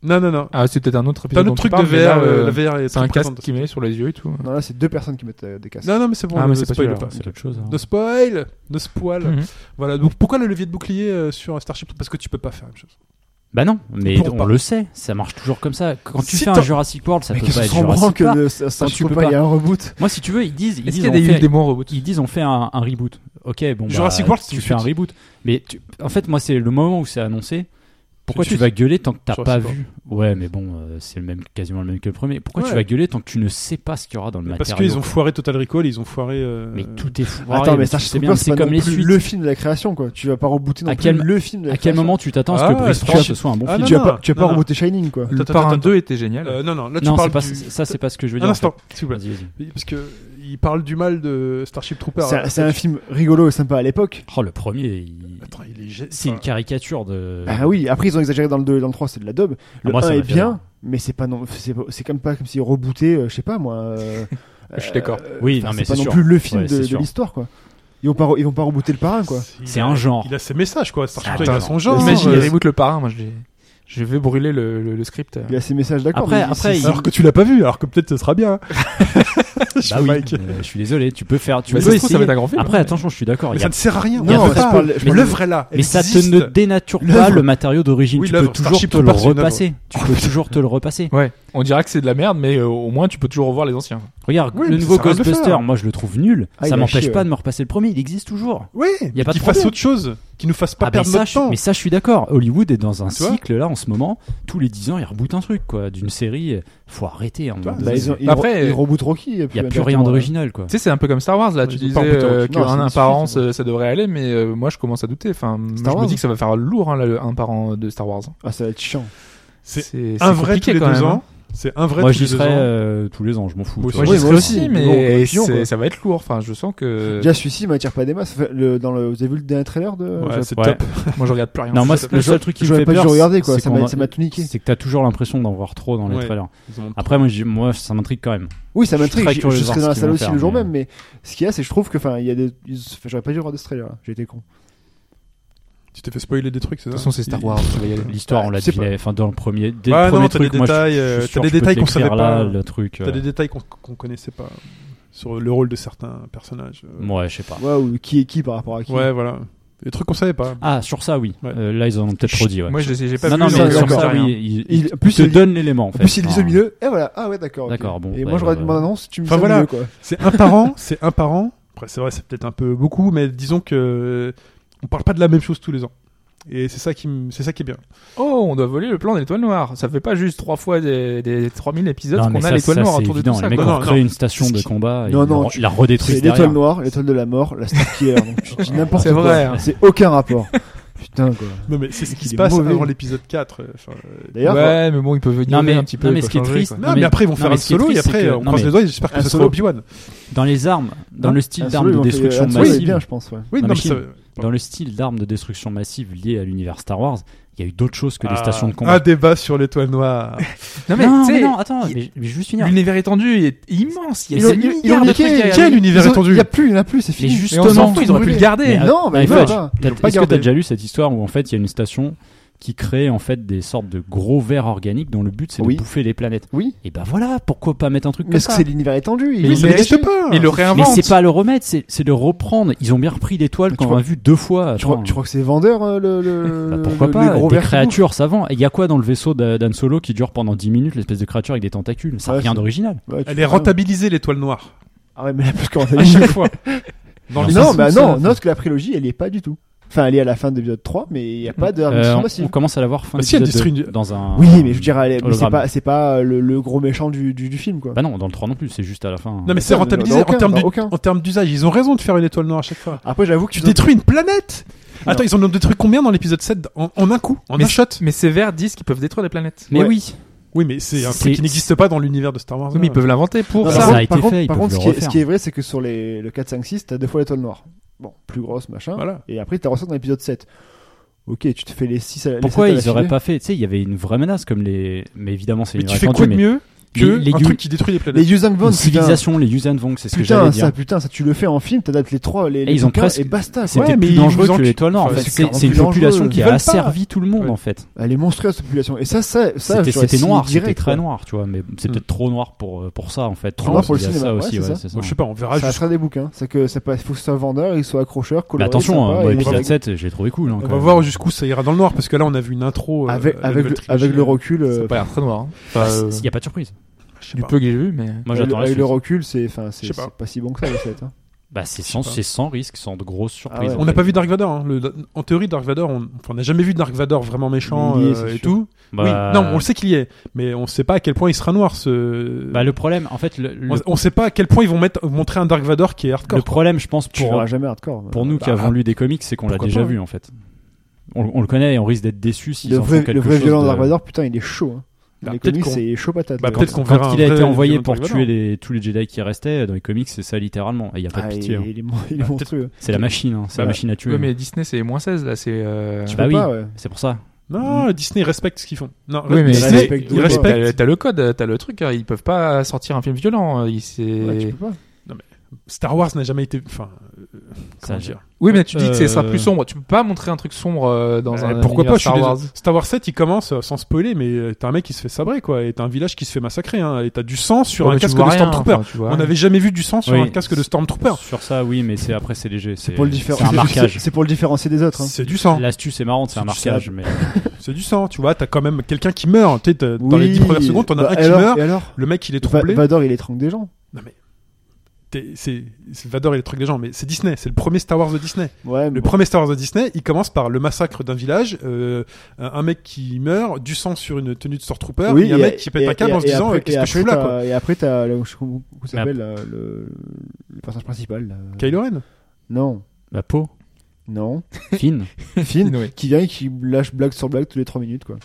[SPEAKER 1] non, non. non.
[SPEAKER 4] Ah, c'est peut-être un autre
[SPEAKER 1] T'as
[SPEAKER 4] épisode.
[SPEAKER 1] un
[SPEAKER 4] dont
[SPEAKER 1] autre truc
[SPEAKER 4] tu
[SPEAKER 1] de
[SPEAKER 4] parles, mais là,
[SPEAKER 1] VR. euh,
[SPEAKER 4] euh,
[SPEAKER 1] La VR est
[SPEAKER 4] C'est un
[SPEAKER 1] très
[SPEAKER 4] casque
[SPEAKER 1] présente.
[SPEAKER 4] qui met sur les yeux et tout.
[SPEAKER 2] Non, là, c'est deux personnes qui mettent euh, des casques.
[SPEAKER 1] Non, non, mais c'est bon,
[SPEAKER 4] Ah,
[SPEAKER 1] ne
[SPEAKER 4] mais c'est pas
[SPEAKER 1] spoil
[SPEAKER 4] celui-là.
[SPEAKER 1] pas.
[SPEAKER 3] C'est autre chose. hein.
[SPEAKER 1] Ne spoil Ne spoil
[SPEAKER 4] Mhm.
[SPEAKER 1] Voilà, donc pourquoi le levier de bouclier euh, sur un Starship Parce que tu peux pas faire la même chose.
[SPEAKER 3] Bah non, mais
[SPEAKER 1] Pour
[SPEAKER 3] on
[SPEAKER 1] pas.
[SPEAKER 3] le sait, ça marche toujours comme ça. Quand tu
[SPEAKER 1] Si
[SPEAKER 3] fais un
[SPEAKER 1] t'en-
[SPEAKER 3] Jurassic World, ça
[SPEAKER 2] Mais
[SPEAKER 3] peut
[SPEAKER 2] qu'est-ce
[SPEAKER 3] pas
[SPEAKER 2] que
[SPEAKER 3] être
[SPEAKER 2] s'en branle
[SPEAKER 3] Jurassic Park.
[SPEAKER 2] que ça
[SPEAKER 3] Quand tu
[SPEAKER 2] se
[SPEAKER 3] peux
[SPEAKER 2] pas,
[SPEAKER 3] pas.
[SPEAKER 2] il y a un reboot.
[SPEAKER 3] Moi, si tu veux, ils disent, ils
[SPEAKER 4] Est-ce
[SPEAKER 3] disent,
[SPEAKER 4] qu'il y a
[SPEAKER 3] on
[SPEAKER 4] des,
[SPEAKER 3] fait-
[SPEAKER 4] des bons reboots
[SPEAKER 3] ils disent on fait un, un reboot. Ok, bon. bah,
[SPEAKER 1] Jurassic World, c'est
[SPEAKER 3] tu
[SPEAKER 1] une
[SPEAKER 3] fais un
[SPEAKER 1] suite.
[SPEAKER 3] reboot. Mais tu- en fait, moi, c'est le moment où c'est annoncé. Pourquoi
[SPEAKER 1] C'est
[SPEAKER 3] tu
[SPEAKER 1] une
[SPEAKER 3] vas gueuler tant que t'as
[SPEAKER 1] Jurassic
[SPEAKER 3] pas
[SPEAKER 1] World.
[SPEAKER 3] vu Ouais, mais bon, euh, c'est le même, quasiment le même que le premier. Pourquoi tu
[SPEAKER 1] Ouais.
[SPEAKER 3] vas gueuler tant que tu ne sais pas ce qu'il y aura dans le
[SPEAKER 1] Parce
[SPEAKER 3] matériau
[SPEAKER 1] qu'ils ont foiré Total Recall, ils ont foiré. euh,
[SPEAKER 3] Mais tout est fou.
[SPEAKER 2] Attends, mais
[SPEAKER 3] ça
[SPEAKER 2] ça,
[SPEAKER 3] c'est bien. C'est comme les suites.
[SPEAKER 2] le film de la création, quoi. Tu vas pas rebooter non
[SPEAKER 3] À
[SPEAKER 2] plus
[SPEAKER 3] quel-
[SPEAKER 2] le film de la
[SPEAKER 3] À quel
[SPEAKER 2] création.
[SPEAKER 3] moment tu t'attends à ce
[SPEAKER 1] Ah,
[SPEAKER 3] que Bruce
[SPEAKER 1] c'est
[SPEAKER 3] Franchise
[SPEAKER 1] franchi-
[SPEAKER 3] soit un bon
[SPEAKER 1] Ah,
[SPEAKER 3] film
[SPEAKER 2] Tu vas
[SPEAKER 1] non,
[SPEAKER 2] pas, tu vas
[SPEAKER 1] non,
[SPEAKER 2] pas
[SPEAKER 1] non.
[SPEAKER 2] rebooter Shining, quoi.
[SPEAKER 4] Le
[SPEAKER 1] Attends,
[SPEAKER 4] parrain
[SPEAKER 1] attends,
[SPEAKER 4] 2 était génial.
[SPEAKER 1] Euh, non, non, là tu
[SPEAKER 3] Non, c'est
[SPEAKER 1] parles.
[SPEAKER 3] pas
[SPEAKER 1] du- Ah,
[SPEAKER 3] ça, c'est pas ce que je veux
[SPEAKER 1] Un
[SPEAKER 3] dire. en
[SPEAKER 1] instant, s'il
[SPEAKER 3] fait.
[SPEAKER 1] vous plaît.
[SPEAKER 3] Vas-y, vas-y.
[SPEAKER 1] Parce que il parle du mal de Starship Trooper.
[SPEAKER 2] C'est
[SPEAKER 1] Alors,
[SPEAKER 2] un- c'est un film rigolo et sympa à l'époque.
[SPEAKER 3] Oh, le premier, il-
[SPEAKER 1] Attends, il est gé-
[SPEAKER 3] c'est une caricature de.
[SPEAKER 2] Ah oui, après ils ont exagéré dans le 2 et dans le 3, c'est de la daube.
[SPEAKER 3] Ah,
[SPEAKER 2] Le
[SPEAKER 3] moi, ça
[SPEAKER 2] 1
[SPEAKER 3] m'a
[SPEAKER 2] est
[SPEAKER 3] fait rire.
[SPEAKER 2] bien, mais c'est pas non c'est pas- c'est comme pas comme s'ils rebootaient euh, je sais pas moi.
[SPEAKER 3] [laughs]
[SPEAKER 2] euh,
[SPEAKER 4] Je suis d'accord.
[SPEAKER 2] euh,
[SPEAKER 3] Oui,
[SPEAKER 2] enfin,
[SPEAKER 3] non, mais
[SPEAKER 2] c'est pas
[SPEAKER 3] c'est
[SPEAKER 2] non
[SPEAKER 3] sûr.
[SPEAKER 2] plus le film
[SPEAKER 3] Ouais,
[SPEAKER 2] de
[SPEAKER 3] c'est
[SPEAKER 2] de
[SPEAKER 3] sûr.
[SPEAKER 2] l'histoire quoi. Ils vont pas re- ils vont pas rebooter le parrain quoi.
[SPEAKER 1] Il
[SPEAKER 3] C'est
[SPEAKER 1] a-
[SPEAKER 3] un genre.
[SPEAKER 1] Il a ses messages quoi. Starship Trooper, il a
[SPEAKER 3] Attends,
[SPEAKER 1] son genre.
[SPEAKER 4] Imagine,
[SPEAKER 1] Euh,
[SPEAKER 4] il reboot le parrain. Moi, je, l'ai- je vais brûler le, le- le script. Bah,
[SPEAKER 2] Il y a ces messages d'accord.
[SPEAKER 3] Après-
[SPEAKER 2] mais
[SPEAKER 3] après,
[SPEAKER 2] c'est-
[SPEAKER 3] il-
[SPEAKER 2] c'est-
[SPEAKER 1] Alors que tu l'as pas vu, alors que peut-être ce sera bien.
[SPEAKER 3] Oh,
[SPEAKER 1] Je
[SPEAKER 3] Bah
[SPEAKER 1] suis
[SPEAKER 3] oui,
[SPEAKER 1] Mike.
[SPEAKER 3] euh, je suis désolé, tu peux faire, tu
[SPEAKER 4] Bah,
[SPEAKER 3] peux
[SPEAKER 4] ça se trouve, ça
[SPEAKER 3] essayer.
[SPEAKER 4] va être un grand film.
[SPEAKER 3] Après, attention, je suis d'accord.
[SPEAKER 1] Mais
[SPEAKER 3] il y a-
[SPEAKER 1] ça ne sert à rien.
[SPEAKER 2] Non,
[SPEAKER 1] Il y a
[SPEAKER 2] je
[SPEAKER 1] pas-
[SPEAKER 2] parle- je
[SPEAKER 1] Mais
[SPEAKER 2] parle-
[SPEAKER 1] l'œuvre est là.
[SPEAKER 3] mais ça te ne dénature pas
[SPEAKER 1] L'œuvre.
[SPEAKER 3] le matériau d'origine.
[SPEAKER 1] Oui,
[SPEAKER 3] tu peux
[SPEAKER 1] l'œuvre,
[SPEAKER 3] toujours
[SPEAKER 1] Starship
[SPEAKER 3] te le
[SPEAKER 1] Trooper, c'est une
[SPEAKER 3] repasser. Tu peux toujours te le repasser.
[SPEAKER 4] Ouais. On dira que c'est de la merde, mais euh, au moins tu peux toujours revoir les anciens.
[SPEAKER 3] Regarde,
[SPEAKER 1] Oui,
[SPEAKER 3] le
[SPEAKER 1] mais
[SPEAKER 3] nouveau
[SPEAKER 1] ça sert à rien de le
[SPEAKER 3] Ghostbuster,
[SPEAKER 1] faire.
[SPEAKER 3] moi je le trouve nul.
[SPEAKER 2] Ah, il
[SPEAKER 3] ça
[SPEAKER 2] a
[SPEAKER 3] m'empêche
[SPEAKER 2] chié,
[SPEAKER 3] pas
[SPEAKER 2] ouais.
[SPEAKER 3] de me repasser le premier. Il existe toujours.
[SPEAKER 1] Oui.
[SPEAKER 3] Y a pas de
[SPEAKER 1] Qu'il fasse
[SPEAKER 3] problème.
[SPEAKER 1] autre chose, qu'il nous fasse pas
[SPEAKER 3] Ah, mais
[SPEAKER 1] perdre
[SPEAKER 3] ça,
[SPEAKER 1] notre
[SPEAKER 3] je-
[SPEAKER 1] temps.
[SPEAKER 3] mais ça, je suis d'accord. Hollywood est dans un
[SPEAKER 1] Tu vois
[SPEAKER 3] cycle là en ce moment. Tous les 10 ans, ils rebootent un truc, quoi, d'une série. faut arrêter. hein, à un moment
[SPEAKER 1] Bah,
[SPEAKER 3] donné.
[SPEAKER 2] ils, ont- ils
[SPEAKER 4] Après,
[SPEAKER 2] re- ils rebootent Rocky.
[SPEAKER 3] Il n'y a plus rien d'original,
[SPEAKER 1] hein.
[SPEAKER 3] quoi.
[SPEAKER 4] Tu sais, c'est un peu comme Star Wars, là.
[SPEAKER 2] Ouais,
[SPEAKER 4] tu
[SPEAKER 2] ils ont
[SPEAKER 4] disais
[SPEAKER 2] pas emprunté
[SPEAKER 4] euh,
[SPEAKER 2] autre-
[SPEAKER 4] que
[SPEAKER 2] Non, c'est
[SPEAKER 4] un
[SPEAKER 2] une
[SPEAKER 4] par an,
[SPEAKER 2] suite, ouais.
[SPEAKER 4] ça, ça devrait aller, mais euh, moi, je commence à douter. Enfin, moi,
[SPEAKER 2] Star
[SPEAKER 4] je me
[SPEAKER 2] Wars.
[SPEAKER 4] dis que ça va faire lourd, hein, là, le 1 par an de Star Wars.
[SPEAKER 2] Ah, ça va être chiant.
[SPEAKER 1] C'est
[SPEAKER 4] c'est
[SPEAKER 1] un vrai tous
[SPEAKER 4] compliqué
[SPEAKER 1] les
[SPEAKER 4] quand
[SPEAKER 1] deux
[SPEAKER 4] même, hein.
[SPEAKER 1] ans. C'est un vrai
[SPEAKER 3] Moi,
[SPEAKER 1] tous
[SPEAKER 3] j'y
[SPEAKER 1] les deux
[SPEAKER 3] serais
[SPEAKER 1] ans.
[SPEAKER 3] euh, tous les ans, je m'en fous.
[SPEAKER 1] Moi
[SPEAKER 3] tu
[SPEAKER 4] Moi,
[SPEAKER 1] Ouais,
[SPEAKER 3] vois.
[SPEAKER 4] j'y
[SPEAKER 2] moi
[SPEAKER 4] serais
[SPEAKER 2] aussi,
[SPEAKER 4] aussi,
[SPEAKER 2] mais
[SPEAKER 4] mais
[SPEAKER 2] bon, pion,
[SPEAKER 4] c'est-
[SPEAKER 2] quoi.
[SPEAKER 4] ça va être lourd. Enfin, je sens que.
[SPEAKER 2] Déjà, celui-ci m'attire pas des masses. Enfin, le- dans le- vous avez vu le dernier trailer de
[SPEAKER 1] Ouais, c'est
[SPEAKER 3] Ouais.
[SPEAKER 1] top.
[SPEAKER 4] Moi, je regarde plus rien.
[SPEAKER 3] Non, moi, c'est- le seul truc qui me
[SPEAKER 2] J'aurais
[SPEAKER 3] fait
[SPEAKER 2] pas dû
[SPEAKER 3] peur,
[SPEAKER 2] regarder, quoi.
[SPEAKER 3] c'est
[SPEAKER 2] Ça
[SPEAKER 3] qu'on
[SPEAKER 2] m'a
[SPEAKER 3] en-
[SPEAKER 2] ça m'a tout niqué.
[SPEAKER 3] c'est que t'as toujours l'impression d'en voir trop dans les
[SPEAKER 1] Ouais.
[SPEAKER 3] trailers.
[SPEAKER 1] Ils ont-
[SPEAKER 3] Après, moi, j'ai- moi ça m'intrigue quand même.
[SPEAKER 2] Oui, ça
[SPEAKER 3] Je suis
[SPEAKER 2] m'intrigue.
[SPEAKER 3] très
[SPEAKER 2] Je,
[SPEAKER 3] curieux
[SPEAKER 2] je
[SPEAKER 3] de voir
[SPEAKER 2] serais
[SPEAKER 3] ce
[SPEAKER 2] dans la
[SPEAKER 3] qu'ils
[SPEAKER 2] salle
[SPEAKER 3] vont
[SPEAKER 2] aussi
[SPEAKER 3] faire,
[SPEAKER 2] le jour
[SPEAKER 3] mais-
[SPEAKER 2] même, mais ce qu'il y a, c'est que je trouve que, enfin, il y a des. ils- enfin, J'aurais pas dû regarder ce trailer. là. J'ai été con.
[SPEAKER 1] Tu t'es fait spoiler des trucs, c'est ça
[SPEAKER 4] De toute façon, c'est Star Wars, ça va y aller.
[SPEAKER 3] L'histoire,
[SPEAKER 2] Ouais,
[SPEAKER 3] on l'a
[SPEAKER 2] je sais
[SPEAKER 3] dit,
[SPEAKER 2] pas.
[SPEAKER 3] mais- enfin, dans le premier, dès
[SPEAKER 1] Ouais,
[SPEAKER 3] le
[SPEAKER 1] non,
[SPEAKER 3] premier
[SPEAKER 1] t'as
[SPEAKER 3] truc,
[SPEAKER 1] des
[SPEAKER 3] moi, je-
[SPEAKER 1] détails,
[SPEAKER 3] je
[SPEAKER 1] euh,
[SPEAKER 3] suis
[SPEAKER 1] t'as
[SPEAKER 3] sûr
[SPEAKER 1] des
[SPEAKER 3] que je peux
[SPEAKER 1] détails
[SPEAKER 3] te
[SPEAKER 1] qu'on savait
[SPEAKER 3] l'écrire
[SPEAKER 1] pas.
[SPEAKER 3] là, le truc.
[SPEAKER 1] T'as
[SPEAKER 3] euh,
[SPEAKER 1] des détails qu'on qu'on connaissait pas sur le rôle de certains personnages. euh.
[SPEAKER 3] Ouais, je sais pas.
[SPEAKER 2] Ouais, ou qui est qui par rapport à qui.
[SPEAKER 1] Ouais, voilà. Des trucs qu'on savait pas.
[SPEAKER 3] Ah, sur ça, oui.
[SPEAKER 1] Ouais.
[SPEAKER 3] Euh, là, ils en ont peut-être trop dit, ouais.
[SPEAKER 4] Moi, je les ai- j'ai pas
[SPEAKER 3] non,
[SPEAKER 4] vu.
[SPEAKER 3] non,
[SPEAKER 4] donc,
[SPEAKER 2] ça,
[SPEAKER 3] mais
[SPEAKER 4] je
[SPEAKER 3] sur
[SPEAKER 4] sais
[SPEAKER 3] ça,
[SPEAKER 4] rien.
[SPEAKER 3] oui,
[SPEAKER 2] Il-
[SPEAKER 3] ils
[SPEAKER 2] en plus,
[SPEAKER 3] te
[SPEAKER 2] il-
[SPEAKER 3] donnent l'élément. En
[SPEAKER 2] En
[SPEAKER 3] fait.
[SPEAKER 2] plus, il disent au
[SPEAKER 3] Enfin,
[SPEAKER 2] milieu. Et voilà. Ah ouais, d'accord. ok.
[SPEAKER 3] D'accord, bon,
[SPEAKER 2] Et
[SPEAKER 3] bah,
[SPEAKER 2] moi, je regarde
[SPEAKER 3] bah,
[SPEAKER 2] une bande-annonce. Tu me
[SPEAKER 1] Enfin,
[SPEAKER 2] fais
[SPEAKER 1] voilà.
[SPEAKER 2] mieux, quoi.
[SPEAKER 1] C'est un par an, c'est un par an. Après, c'est vrai, c'est peut-être un peu beaucoup, mais disons que euh, on parle pas de la même chose tous les ans. Et c'est ça qui, me- c'est ça qui est bien.
[SPEAKER 4] Oh, on doit voler le plan de l'étoile noire. Ça fait pas juste trois fois des, des 3000 épisodes
[SPEAKER 3] Non, mais
[SPEAKER 4] qu'on a
[SPEAKER 3] ça,
[SPEAKER 4] l'étoile
[SPEAKER 3] ça,
[SPEAKER 4] noire
[SPEAKER 3] c'est
[SPEAKER 4] autour de
[SPEAKER 3] évident.
[SPEAKER 4] tout ça.
[SPEAKER 3] Les mecs
[SPEAKER 4] quoi.
[SPEAKER 1] Non,
[SPEAKER 3] ont
[SPEAKER 1] non,
[SPEAKER 3] créé une station
[SPEAKER 1] C'est
[SPEAKER 3] de
[SPEAKER 1] ce qui-
[SPEAKER 3] combat et
[SPEAKER 2] Non,
[SPEAKER 3] ils
[SPEAKER 2] non,
[SPEAKER 3] l'ont-
[SPEAKER 2] tu-
[SPEAKER 3] ils la redétruisent
[SPEAKER 2] C'est l'étoile
[SPEAKER 3] derrière.
[SPEAKER 2] noire, l'étoile de la mort, la star killer. Donc tu dis n'importe
[SPEAKER 4] C'est
[SPEAKER 2] quoi.
[SPEAKER 4] vrai, hein.
[SPEAKER 2] C'est aucun rapport. Putain, quoi.
[SPEAKER 1] Non, mais c'est ce qui
[SPEAKER 2] Il
[SPEAKER 1] se
[SPEAKER 2] est
[SPEAKER 1] passe
[SPEAKER 2] mauvais.
[SPEAKER 1] avant l'épisode 4. euh, enfin, euh,
[SPEAKER 2] D'ailleurs,
[SPEAKER 4] ouais, mais bon, ils peuvent venir
[SPEAKER 3] Non, mais-
[SPEAKER 4] un petit peu.
[SPEAKER 3] non, mais
[SPEAKER 4] ils
[SPEAKER 3] ce
[SPEAKER 4] peuvent
[SPEAKER 3] qui est
[SPEAKER 4] changer,
[SPEAKER 3] triste,
[SPEAKER 4] quoi.
[SPEAKER 1] Non,
[SPEAKER 3] Non,
[SPEAKER 1] mais,
[SPEAKER 3] mais-
[SPEAKER 1] après ils vont
[SPEAKER 3] non,
[SPEAKER 1] faire
[SPEAKER 3] mais
[SPEAKER 1] un
[SPEAKER 3] ce qui est
[SPEAKER 1] solo et
[SPEAKER 3] triste,
[SPEAKER 1] après
[SPEAKER 3] c'est que-
[SPEAKER 1] on
[SPEAKER 3] non,
[SPEAKER 1] croise
[SPEAKER 3] mais-
[SPEAKER 1] les doigts et j'espère que
[SPEAKER 2] un
[SPEAKER 1] ce sera
[SPEAKER 2] solo.
[SPEAKER 1] Obi-Wan.
[SPEAKER 3] Dans les armes, dans
[SPEAKER 2] Hein
[SPEAKER 3] le
[SPEAKER 2] un
[SPEAKER 3] style
[SPEAKER 2] solo,
[SPEAKER 3] d'armes
[SPEAKER 2] ils
[SPEAKER 3] de
[SPEAKER 2] ont fait-
[SPEAKER 3] destruction
[SPEAKER 2] un solo, il est
[SPEAKER 3] massive,
[SPEAKER 2] bien, je pense, ouais.
[SPEAKER 1] Oui,
[SPEAKER 3] Non,
[SPEAKER 1] non,
[SPEAKER 3] mais
[SPEAKER 1] mais ça-
[SPEAKER 3] dans le style d'armes de destruction massive liées à l'univers Star Wars, il y a eu d'autres choses que des
[SPEAKER 1] Ah,
[SPEAKER 3] stations de
[SPEAKER 1] Un
[SPEAKER 3] combat.
[SPEAKER 1] débat sur l'étoile noire.
[SPEAKER 4] Non, mais
[SPEAKER 3] non,
[SPEAKER 4] tu
[SPEAKER 3] mais
[SPEAKER 4] sais,
[SPEAKER 3] non, attends,
[SPEAKER 4] il-
[SPEAKER 3] mais je- je vais juste finir.
[SPEAKER 4] l'univers étendu est immense. Il y
[SPEAKER 2] Ils
[SPEAKER 4] a
[SPEAKER 2] ont-
[SPEAKER 4] des
[SPEAKER 2] ils- ils
[SPEAKER 4] milliards
[SPEAKER 2] ont
[SPEAKER 4] de
[SPEAKER 2] niqué-
[SPEAKER 4] trucs à
[SPEAKER 1] Quel
[SPEAKER 4] regarder.
[SPEAKER 1] univers
[SPEAKER 2] Ils ont-
[SPEAKER 1] étendu
[SPEAKER 2] Il y a plus, il y en a plus, c'est
[SPEAKER 3] Mais
[SPEAKER 2] fini.
[SPEAKER 4] Mais on s'en
[SPEAKER 3] justement,
[SPEAKER 4] fout, ils auraient pu le garder.
[SPEAKER 3] Mais-
[SPEAKER 2] Non, mais
[SPEAKER 3] il
[SPEAKER 2] ils
[SPEAKER 3] faut
[SPEAKER 2] veulent
[SPEAKER 3] être-
[SPEAKER 2] pas.
[SPEAKER 3] T'as-
[SPEAKER 2] Ils l'ont pas
[SPEAKER 3] Est-ce que t'as
[SPEAKER 2] gardé.
[SPEAKER 3] déjà lu cette histoire où en fait il y a une station qui crée en fait des sortes de gros vers organiques dont le but c'est
[SPEAKER 2] Oui.
[SPEAKER 3] de bouffer les planètes
[SPEAKER 2] Oui.
[SPEAKER 3] Et ben voilà, pourquoi pas mettre un truc
[SPEAKER 2] Mais
[SPEAKER 3] comme
[SPEAKER 2] est-ce que
[SPEAKER 3] ça
[SPEAKER 2] c'est l'univers étendu
[SPEAKER 4] Mais
[SPEAKER 1] Mais
[SPEAKER 2] Ils
[SPEAKER 1] ça
[SPEAKER 2] l'ont
[SPEAKER 1] n'existe
[SPEAKER 2] gâché.
[SPEAKER 1] pas.
[SPEAKER 4] Ils le
[SPEAKER 3] Mais
[SPEAKER 4] réinventent.
[SPEAKER 3] c'est pas le remettre, c'est c'est le reprendre. Ils ont bien repris l'étoile
[SPEAKER 2] Mais
[SPEAKER 3] qu'on
[SPEAKER 2] tu
[SPEAKER 3] a vu deux fois.
[SPEAKER 2] Tu crois,
[SPEAKER 3] attends.
[SPEAKER 2] tu crois que c'est vendeur euh, le, le,
[SPEAKER 3] Bah, pourquoi
[SPEAKER 2] le-
[SPEAKER 3] pas
[SPEAKER 2] le gros
[SPEAKER 3] Des
[SPEAKER 2] verre qui
[SPEAKER 3] créatures, ça vend. Et il y a quoi dans le vaisseau d'A- d'Han Solo qui dure pendant 10 minutes, l'espèce de créature avec des tentacules Ça n'a
[SPEAKER 2] Ouais,
[SPEAKER 3] rien
[SPEAKER 2] c'est-
[SPEAKER 3] d'original.
[SPEAKER 2] bouge Ouais, tu
[SPEAKER 1] Elle
[SPEAKER 2] fais
[SPEAKER 1] est
[SPEAKER 2] rien.
[SPEAKER 1] rentabilisée l'étoile noire
[SPEAKER 2] Ah ouais, mais elle a plus que
[SPEAKER 1] à
[SPEAKER 2] rentabilité.
[SPEAKER 1] chaque fois. Dans les-
[SPEAKER 2] non,
[SPEAKER 3] Simpsons,
[SPEAKER 2] bah
[SPEAKER 3] ça,
[SPEAKER 2] non,
[SPEAKER 3] ça.
[SPEAKER 2] note que la prélogie, elle y est pas du tout. Enfin, elle est à la fin de l'épisode 3, mais il n'y a pas de
[SPEAKER 3] Euh,
[SPEAKER 2] destruction
[SPEAKER 3] on- on,
[SPEAKER 2] massive.
[SPEAKER 3] commence à l'avoir fin
[SPEAKER 1] Bah, si, elle
[SPEAKER 3] d'épisode
[SPEAKER 1] détruit
[SPEAKER 3] deux,
[SPEAKER 1] une-
[SPEAKER 3] dans un.
[SPEAKER 2] Oui, mais je dirais, elle est- mais c'est
[SPEAKER 3] hologramme.
[SPEAKER 2] pas, c'est pas le, le gros méchant du, du, du film, quoi.
[SPEAKER 3] Bah non, dans le 3 non plus, c'est juste à la fin.
[SPEAKER 1] Non, mais c'est
[SPEAKER 2] Dans
[SPEAKER 1] rentabilisé
[SPEAKER 2] aucun,
[SPEAKER 1] en termes
[SPEAKER 2] dans
[SPEAKER 1] d'u-
[SPEAKER 2] aucun.
[SPEAKER 1] en termes d'usage. Ils ont raison de faire une étoile noire à chaque fois.
[SPEAKER 2] Après, j'avoue que
[SPEAKER 1] Tu
[SPEAKER 2] tu dois-
[SPEAKER 1] détruis une planète
[SPEAKER 2] Non.
[SPEAKER 1] Attends, ils en ont détruit combien dans l'épisode 7 en, en un coup En
[SPEAKER 4] Mais
[SPEAKER 1] un shot
[SPEAKER 4] Mais ces vers disent qu'ils peuvent détruire des planètes.
[SPEAKER 3] Mais
[SPEAKER 2] Ouais.
[SPEAKER 3] oui,
[SPEAKER 1] Oui, mais c'est un
[SPEAKER 3] C'est-
[SPEAKER 1] truc qui n'existe pas dans l'univers de Star Wars.
[SPEAKER 4] Oui, mais ils peuvent l'inventer pour
[SPEAKER 2] Non,
[SPEAKER 3] Ça,
[SPEAKER 4] ça.
[SPEAKER 2] par
[SPEAKER 3] a
[SPEAKER 2] contre-
[SPEAKER 3] été
[SPEAKER 2] par contre-
[SPEAKER 3] fait, ils
[SPEAKER 2] Par
[SPEAKER 3] peuvent
[SPEAKER 2] contre,
[SPEAKER 3] le
[SPEAKER 2] ce qui est- ce
[SPEAKER 3] refaire.
[SPEAKER 2] qui est vrai, c'est que sur les, le 4, 5, 6, t'as deux fois l'étoile noire. Bon, plus grosse, machin.
[SPEAKER 1] Euh, Voilà.
[SPEAKER 2] Et après, t'as ressort dans l'épisode 7. Ok, tu te fais les 6 à les
[SPEAKER 3] pourquoi
[SPEAKER 2] sept à la
[SPEAKER 3] ils auraient
[SPEAKER 2] filée.
[SPEAKER 3] pas fait Tu sais, il y avait une vraie menace comme les. Mais évidemment, c'est
[SPEAKER 1] Mais
[SPEAKER 3] une
[SPEAKER 1] tu fais
[SPEAKER 3] réponse,
[SPEAKER 1] quoi de
[SPEAKER 3] mais
[SPEAKER 1] mieux que
[SPEAKER 3] les- les
[SPEAKER 1] un
[SPEAKER 3] gu-
[SPEAKER 1] truc qui détruit les planètes
[SPEAKER 2] Les Yuzang Vons,
[SPEAKER 3] Une
[SPEAKER 2] putain.
[SPEAKER 3] civilisation, les Yuuzhan Vong, c'est ce que j'allais
[SPEAKER 2] Putain,
[SPEAKER 3] dire. Eh,
[SPEAKER 2] ça, putain, ça, tu le fais en film, t'adaptes les trois, les,
[SPEAKER 3] ils ont
[SPEAKER 2] bouquins,
[SPEAKER 3] presque-
[SPEAKER 2] et basta, quoi.
[SPEAKER 3] C'était
[SPEAKER 1] Ouais, mais
[SPEAKER 3] plus
[SPEAKER 1] ils
[SPEAKER 3] dangereux
[SPEAKER 1] nous ont
[SPEAKER 3] que
[SPEAKER 1] tu-
[SPEAKER 3] l'étoile noire. En
[SPEAKER 1] Enfin,
[SPEAKER 3] fait,
[SPEAKER 2] c'est
[SPEAKER 3] c'est
[SPEAKER 2] clairement
[SPEAKER 3] c'est une
[SPEAKER 2] plus dangereux,
[SPEAKER 3] population
[SPEAKER 2] ils
[SPEAKER 3] qui
[SPEAKER 1] veulent
[SPEAKER 3] a
[SPEAKER 1] pas.
[SPEAKER 3] asservi tout le monde
[SPEAKER 1] Ouais.
[SPEAKER 3] en fait.
[SPEAKER 2] Elle est monstrueuse, cette population. Et ça, ça, ça,
[SPEAKER 3] C'était
[SPEAKER 2] j'aurais
[SPEAKER 3] c'était
[SPEAKER 2] signé
[SPEAKER 3] noir,
[SPEAKER 2] direct,
[SPEAKER 3] c'était très
[SPEAKER 2] quoi.
[SPEAKER 3] noir, tu vois. Mais c'est peut-être trop noir pour euh, pour ça en fait. Trop
[SPEAKER 2] noir pour le cinéma,
[SPEAKER 3] Ça
[SPEAKER 2] ouais,
[SPEAKER 3] aussi,
[SPEAKER 2] c'est
[SPEAKER 3] ouais,
[SPEAKER 2] ça.
[SPEAKER 3] c'est ça.
[SPEAKER 1] Bon, Je sais pas, on verra.
[SPEAKER 2] ça
[SPEAKER 1] juste.
[SPEAKER 2] sera des bouquins. C'est que ça peut- faut que ce soit vendeur, il soit accrocheur,
[SPEAKER 3] Mais
[SPEAKER 2] coloré.
[SPEAKER 3] attention,
[SPEAKER 2] sympa,
[SPEAKER 3] hein, moi,
[SPEAKER 2] et-
[SPEAKER 3] épisode
[SPEAKER 1] avec-
[SPEAKER 3] 7, j'ai trouvé cool. hein,
[SPEAKER 1] On
[SPEAKER 3] quand
[SPEAKER 1] va
[SPEAKER 3] même.
[SPEAKER 1] voir jusqu'où ça ira dans le noir parce que là, on a vu une intro. euh,
[SPEAKER 2] avec,
[SPEAKER 1] à la
[SPEAKER 2] avec,
[SPEAKER 1] nouvelle
[SPEAKER 2] le, avec
[SPEAKER 1] trilogie.
[SPEAKER 2] le recul,
[SPEAKER 4] Ça
[SPEAKER 2] euh,
[SPEAKER 4] a pas l'air très noir. hein. Enfin,
[SPEAKER 3] Bah,
[SPEAKER 4] euh,
[SPEAKER 3] Il n'y a pas de surprise.
[SPEAKER 1] Je sais
[SPEAKER 4] du
[SPEAKER 1] pas.
[SPEAKER 4] peu que j'ai vu, mais.
[SPEAKER 3] Moi,
[SPEAKER 2] avec,
[SPEAKER 3] j'attends la
[SPEAKER 2] avec le
[SPEAKER 3] suite.
[SPEAKER 2] recul, c'est, enfin,
[SPEAKER 1] Je
[SPEAKER 2] c'est,
[SPEAKER 1] sais pas.
[SPEAKER 2] c'est pas si bon que ça, le 7. hein.
[SPEAKER 3] Bah, c'est
[SPEAKER 1] sais
[SPEAKER 3] sans,
[SPEAKER 1] pas.
[SPEAKER 3] c'est sans risque, sans de grosses surprises.
[SPEAKER 2] Ah ouais.
[SPEAKER 3] en
[SPEAKER 1] On n'a
[SPEAKER 3] fait.
[SPEAKER 1] pas vu Dark Vador. hein. Le- en théorie, Dark Vador, on enfin, on n'a jamais vu de Dark Vador vraiment méchant
[SPEAKER 2] Il y est,
[SPEAKER 1] euh,
[SPEAKER 2] c'est
[SPEAKER 1] et
[SPEAKER 2] sûr.
[SPEAKER 1] tout.
[SPEAKER 3] Bah,
[SPEAKER 1] Oui, non, on le sait qu'il y est, mais on sait pas à quel point il sera noir. Ce...
[SPEAKER 3] Bah, le problème, en fait, le, le,
[SPEAKER 1] on, on sait pas à quel point ils vont mettre, montrer un Dark Vador qui est hardcore.
[SPEAKER 3] le problème, je pense,
[SPEAKER 2] Tu
[SPEAKER 3] pour,
[SPEAKER 2] verras jamais hardcore.
[SPEAKER 3] pour nous qui
[SPEAKER 1] bah,
[SPEAKER 3] avons lu des comics, c'est qu'on l'a
[SPEAKER 1] pourquoi
[SPEAKER 3] déjà
[SPEAKER 1] pas,
[SPEAKER 3] vu en fait. On, on le connaît et on risque d'être déçu si
[SPEAKER 2] le vrai, le vrai violent
[SPEAKER 3] de...
[SPEAKER 2] Dark Vador, putain, il est chaud. hein.
[SPEAKER 1] Bah,
[SPEAKER 2] les
[SPEAKER 1] peut-être
[SPEAKER 2] comics,
[SPEAKER 1] qu'on-
[SPEAKER 2] c'est chaud patate.
[SPEAKER 1] Bah,
[SPEAKER 2] le
[SPEAKER 1] peut-être
[SPEAKER 2] gars.
[SPEAKER 1] qu'on verra
[SPEAKER 3] Quand
[SPEAKER 1] un
[SPEAKER 3] il a
[SPEAKER 1] vrai
[SPEAKER 3] été envoyé
[SPEAKER 1] Dark
[SPEAKER 3] pour
[SPEAKER 1] Vador.
[SPEAKER 3] tuer les, tous les Jedi qui restaient dans les comics, c'est ça littéralement. Et il n'y a pas
[SPEAKER 2] Ah,
[SPEAKER 3] de
[SPEAKER 2] il,
[SPEAKER 3] pitié. hein.
[SPEAKER 2] il est, mon- il est
[SPEAKER 1] Bah, peut-être-
[SPEAKER 2] monstrueux.
[SPEAKER 3] C'est la machine, hein, c'est la
[SPEAKER 2] Bah,
[SPEAKER 3] machine à tuer.
[SPEAKER 4] Ouais, mais Disney, c'est moins 16 là. C'est. euh,
[SPEAKER 3] Tu
[SPEAKER 2] Je
[SPEAKER 3] Bah
[SPEAKER 2] peux
[SPEAKER 3] oui.
[SPEAKER 2] pas, ouais.
[SPEAKER 3] C'est pour ça.
[SPEAKER 1] Non,
[SPEAKER 3] Hmm.
[SPEAKER 1] Disney respecte ce qu'ils font. Non,
[SPEAKER 4] Oui, mais
[SPEAKER 1] Disney,
[SPEAKER 4] ils
[SPEAKER 2] respectent
[SPEAKER 1] ils
[SPEAKER 2] tout,
[SPEAKER 1] respectent.
[SPEAKER 4] T'as t'as le code, t'as le truc. hein. Ils peuvent pas sortir un film violent. hein. Ils- c'est-
[SPEAKER 2] Ouais, tu peux pas.
[SPEAKER 1] Star Wars n'a jamais été. Enfin, euh,
[SPEAKER 3] Ça,
[SPEAKER 1] comment
[SPEAKER 3] j'ai-
[SPEAKER 1] dire
[SPEAKER 4] Oui, mais tu dis que ce
[SPEAKER 3] Euh,
[SPEAKER 4] sera plus sombre. Tu peux pas montrer un truc sombre euh, dans
[SPEAKER 1] Euh,
[SPEAKER 4] un.
[SPEAKER 1] Pourquoi
[SPEAKER 4] univers
[SPEAKER 1] pas je suis
[SPEAKER 4] Star
[SPEAKER 1] désolé.
[SPEAKER 4] Wars.
[SPEAKER 1] Star Wars 7, il commence euh, sans spoiler, mais euh, t'as un mec qui se fait sabrer, quoi. Et t'as un village qui se fait massacrer. Hein, et t'as du sang sur
[SPEAKER 4] Ouais,
[SPEAKER 1] un
[SPEAKER 4] mais tu
[SPEAKER 1] casque
[SPEAKER 4] vois
[SPEAKER 1] de
[SPEAKER 4] rien,
[SPEAKER 1] Stormtrooper.
[SPEAKER 4] enfin, tu vois
[SPEAKER 1] On
[SPEAKER 4] rien.
[SPEAKER 1] n'avait jamais vu du sang sur
[SPEAKER 3] Oui.
[SPEAKER 1] un casque de Stormtrooper.
[SPEAKER 3] Sur ça, oui, mais c'est après, c'est léger. C'est
[SPEAKER 2] Pour le diffé-
[SPEAKER 3] C'est un
[SPEAKER 2] c'est- [laughs]
[SPEAKER 3] marquage.
[SPEAKER 2] c'est- C'est pour le différencier des autres. hein.
[SPEAKER 1] C'est du sang.
[SPEAKER 3] L'astuce est marrante, c'est un
[SPEAKER 1] C'est du
[SPEAKER 3] marquage.
[SPEAKER 1] sable.
[SPEAKER 3] Mais...
[SPEAKER 1] C'est du sang. Tu vois, t'as quand même quelqu'un qui meurt. Tu sais, t'as- dans les
[SPEAKER 2] Oui.
[SPEAKER 1] 10 premières secondes, t'en as
[SPEAKER 2] Bah,
[SPEAKER 1] un qui
[SPEAKER 2] alors-
[SPEAKER 1] meurt.
[SPEAKER 2] Et alors
[SPEAKER 1] Le mec, il est
[SPEAKER 2] Va-
[SPEAKER 1] troublé.
[SPEAKER 2] Vador, il étrangle des gens.
[SPEAKER 1] Non, mais t'es- c'est c'est- Vador et les trucs des gens, mais c'est Disney, c'est le premier Star Wars de Disney.
[SPEAKER 2] Ouais, mais
[SPEAKER 1] Le
[SPEAKER 2] bon.
[SPEAKER 1] premier Star Wars de Disney, il commence par le massacre d'un village, euh, un un mec qui meurt, du sang sur une tenue de Stormtrooper, et un mec qui pète un câble en se
[SPEAKER 2] et
[SPEAKER 1] disant
[SPEAKER 2] après-
[SPEAKER 1] euh, qu'est-ce
[SPEAKER 2] et
[SPEAKER 1] que je
[SPEAKER 2] après,
[SPEAKER 1] fous là
[SPEAKER 2] t'as-
[SPEAKER 1] quoi.
[SPEAKER 2] Et après, t'as le- je sais pas comment il
[SPEAKER 3] Mais après-
[SPEAKER 2] s'appelle euh, le, le personnage principal. là.
[SPEAKER 1] Kylo Ren
[SPEAKER 2] Non,
[SPEAKER 3] La Bah, peau
[SPEAKER 2] non.
[SPEAKER 3] fine.
[SPEAKER 2] Finn,
[SPEAKER 4] Oui.
[SPEAKER 2] qui vient et qui lâche blague sur blague tous les 3 minutes, quoi.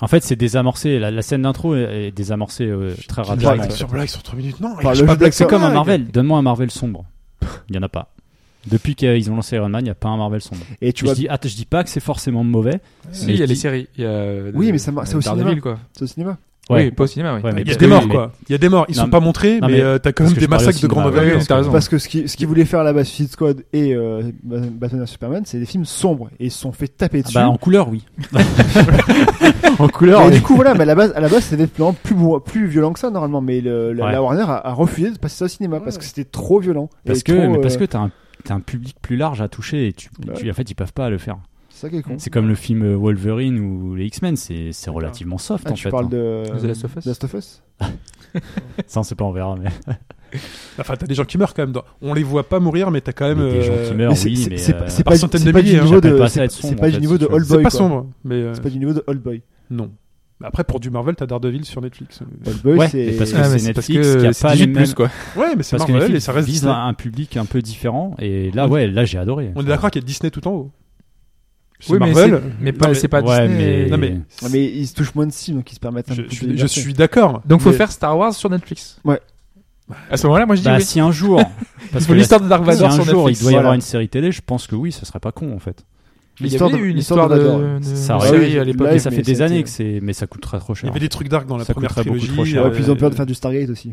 [SPEAKER 3] En fait, c'est désamorcé. La, la scène d'intro est, est désamorcée euh, très
[SPEAKER 1] Blague
[SPEAKER 3] rapidement.
[SPEAKER 1] sur blague sur 3 minutes, non,
[SPEAKER 2] Par
[SPEAKER 1] il lâche
[SPEAKER 2] le
[SPEAKER 1] pas
[SPEAKER 2] jeu
[SPEAKER 1] de blague
[SPEAKER 2] d'acteur.
[SPEAKER 1] sur
[SPEAKER 3] C'est comme un
[SPEAKER 1] blague.
[SPEAKER 3] Marvel. Donne-moi un Marvel sombre. Il y en a pas. Depuis qu'ils ont lancé Iron Man, il n'y a pas un Marvel sombre.
[SPEAKER 2] Et tu
[SPEAKER 3] je,
[SPEAKER 2] vois,
[SPEAKER 3] dis, ah, je dis pas que c'est forcément mauvais.
[SPEAKER 4] Si,
[SPEAKER 3] Mais
[SPEAKER 4] il y a les
[SPEAKER 3] qui-
[SPEAKER 4] séries. Il y a, euh,
[SPEAKER 2] Oui, mais ça mar- c'est au
[SPEAKER 4] Daredevil,
[SPEAKER 2] cinéma.
[SPEAKER 4] quoi.
[SPEAKER 2] c'est au cinéma.
[SPEAKER 3] Ouais.
[SPEAKER 4] Oui, pas au cinéma, oui.
[SPEAKER 3] Ouais, mais
[SPEAKER 1] Il y a
[SPEAKER 3] parce
[SPEAKER 1] des
[SPEAKER 3] que-
[SPEAKER 1] morts quoi, il y a des morts, ils
[SPEAKER 3] Non,
[SPEAKER 1] sont pas montrés,
[SPEAKER 3] non,
[SPEAKER 1] mais
[SPEAKER 3] mais-
[SPEAKER 1] euh, t'as quand
[SPEAKER 3] parce
[SPEAKER 1] même
[SPEAKER 3] que
[SPEAKER 1] des
[SPEAKER 3] je parlais
[SPEAKER 1] massacres de
[SPEAKER 3] aussi de
[SPEAKER 1] grande
[SPEAKER 3] Marvel.
[SPEAKER 1] envergure.
[SPEAKER 4] Oui, t'as raison.
[SPEAKER 2] Parce que ce qui, ce qui voulait faire la base Suicide Squad et euh, Batman vs Superman, c'est des films sombres et ils se sont fait taper
[SPEAKER 3] Ah
[SPEAKER 2] dessus.
[SPEAKER 3] bah, en couleur, oui. en couleur,
[SPEAKER 2] Et
[SPEAKER 3] oui.
[SPEAKER 2] du coup,
[SPEAKER 3] [laughs]
[SPEAKER 2] voilà, mais à la base, à la base, c'était plan plus, bourrin- plus violent que ça normalement, mais le, la,
[SPEAKER 3] Ouais.
[SPEAKER 2] la Warner a, a refusé de passer ça au cinéma parce que c'était trop violent.
[SPEAKER 3] Parce
[SPEAKER 2] Et
[SPEAKER 3] que,
[SPEAKER 2] trop,
[SPEAKER 3] mais parce
[SPEAKER 2] euh,
[SPEAKER 3] que t'as un, t'as un public plus large à toucher et tu,
[SPEAKER 2] Bah
[SPEAKER 3] tu- en fait, ils peuvent pas le faire.
[SPEAKER 2] c'est ça qui est con.
[SPEAKER 3] C'est comme le film euh, Wolverine ou les X-Men, c'est c'est relativement soft
[SPEAKER 2] Ah,
[SPEAKER 3] en
[SPEAKER 2] tu
[SPEAKER 3] fait.
[SPEAKER 2] parles
[SPEAKER 3] hein.
[SPEAKER 2] de
[SPEAKER 4] The Last of Us.
[SPEAKER 2] The Last of Us
[SPEAKER 3] Ça, on sait pas, on verra. Mais,
[SPEAKER 1] Enfin, t'as des gens qui meurent quand même. dans- On les voit pas mourir, mais t'as quand même.
[SPEAKER 3] mais des gens
[SPEAKER 1] euh,
[SPEAKER 3] qui meurent,
[SPEAKER 2] c'est-
[SPEAKER 3] oui,
[SPEAKER 2] c'est-
[SPEAKER 3] mais.
[SPEAKER 2] c'est pas-
[SPEAKER 3] euh,
[SPEAKER 2] c'est
[SPEAKER 1] par
[SPEAKER 2] pas, du-
[SPEAKER 1] centaines
[SPEAKER 2] c'est
[SPEAKER 1] de
[SPEAKER 2] pas du
[SPEAKER 1] milliers, hein.
[SPEAKER 2] niveau
[SPEAKER 3] J'appelle
[SPEAKER 2] de
[SPEAKER 3] pas ça
[SPEAKER 2] c'est-
[SPEAKER 3] être sombre,
[SPEAKER 2] c'est pas
[SPEAKER 3] en
[SPEAKER 2] du
[SPEAKER 3] fait,
[SPEAKER 2] niveau
[SPEAKER 3] si
[SPEAKER 2] de
[SPEAKER 3] tu veux.
[SPEAKER 2] Old
[SPEAKER 1] C'est
[SPEAKER 2] Boy.
[SPEAKER 1] pas
[SPEAKER 2] quoi.
[SPEAKER 1] sombre, mais euh,
[SPEAKER 2] C'est pas du niveau de Old Boy.
[SPEAKER 1] non. Après, pour du Marvel, t'as Daredevil sur Netflix.
[SPEAKER 2] Old Boy,
[SPEAKER 3] Ouais,
[SPEAKER 2] c'est
[SPEAKER 3] mais
[SPEAKER 2] [laughs]
[SPEAKER 3] parce que
[SPEAKER 4] Ah,
[SPEAKER 3] c'est
[SPEAKER 4] mais c'est
[SPEAKER 3] Netflix
[SPEAKER 4] parce
[SPEAKER 3] qui a
[SPEAKER 4] que c'est
[SPEAKER 3] pas les
[SPEAKER 4] 18 plus,
[SPEAKER 3] mêmes-
[SPEAKER 4] quoi.
[SPEAKER 1] Ouais, mais c'est
[SPEAKER 3] parce que
[SPEAKER 1] Marvel
[SPEAKER 3] les
[SPEAKER 1] et ça
[SPEAKER 3] films
[SPEAKER 1] reste.
[SPEAKER 3] visent
[SPEAKER 1] Disney.
[SPEAKER 3] un public un peu différent et là ouais là j'ai adoré
[SPEAKER 1] On est d'accord qu'il y a Disney tout en haut. C'est
[SPEAKER 4] Oui, mais
[SPEAKER 1] Marvel.
[SPEAKER 4] c'est- mais pas,
[SPEAKER 1] Non,
[SPEAKER 4] c'est pas
[SPEAKER 3] ouais,
[SPEAKER 4] Disney.
[SPEAKER 3] mais- bah,
[SPEAKER 1] Non, mais.
[SPEAKER 2] Ouais, mais ils se touchent moins de cibles, donc ils se permettent un
[SPEAKER 1] Je,
[SPEAKER 2] peu
[SPEAKER 1] je
[SPEAKER 2] plus de
[SPEAKER 1] suis- je
[SPEAKER 2] liberté.
[SPEAKER 1] suis d'accord.
[SPEAKER 4] Donc, faut
[SPEAKER 1] mais-
[SPEAKER 4] faire Star Wars sur Netflix.
[SPEAKER 2] Ouais.
[SPEAKER 4] À ce moment-là, moi, je dis
[SPEAKER 3] bah
[SPEAKER 4] oui.
[SPEAKER 3] si un jour
[SPEAKER 4] Parce
[SPEAKER 3] parce
[SPEAKER 4] que
[SPEAKER 3] que la-
[SPEAKER 4] l'histoire de Dark
[SPEAKER 3] si
[SPEAKER 4] Vador
[SPEAKER 3] un
[SPEAKER 4] sur
[SPEAKER 3] jour il
[SPEAKER 4] Netflix.
[SPEAKER 3] doit y avoir
[SPEAKER 2] voilà.
[SPEAKER 3] une série télé je pense que oui ça serait pas con en fait
[SPEAKER 4] Il y
[SPEAKER 2] L'histoire
[SPEAKER 4] avait
[SPEAKER 2] de-
[SPEAKER 4] eu une
[SPEAKER 2] l'histoire
[SPEAKER 4] histoire
[SPEAKER 2] de Vador.
[SPEAKER 4] de de
[SPEAKER 3] Ça aurait-
[SPEAKER 4] série à
[SPEAKER 3] mais
[SPEAKER 2] Ouais,
[SPEAKER 4] l'époque.
[SPEAKER 3] ça
[SPEAKER 2] mais
[SPEAKER 3] fait des
[SPEAKER 2] c'était-
[SPEAKER 3] années que c'est mais ça coûte très trop
[SPEAKER 1] Il y
[SPEAKER 3] cher
[SPEAKER 1] avait des trucs dark dans la
[SPEAKER 3] Ça
[SPEAKER 1] première
[SPEAKER 3] coûterait beaucoup
[SPEAKER 1] trilogie.
[SPEAKER 3] trop cher.
[SPEAKER 2] Ouais, puis ils ont peur de
[SPEAKER 1] euh,
[SPEAKER 2] faire du Stargate aussi.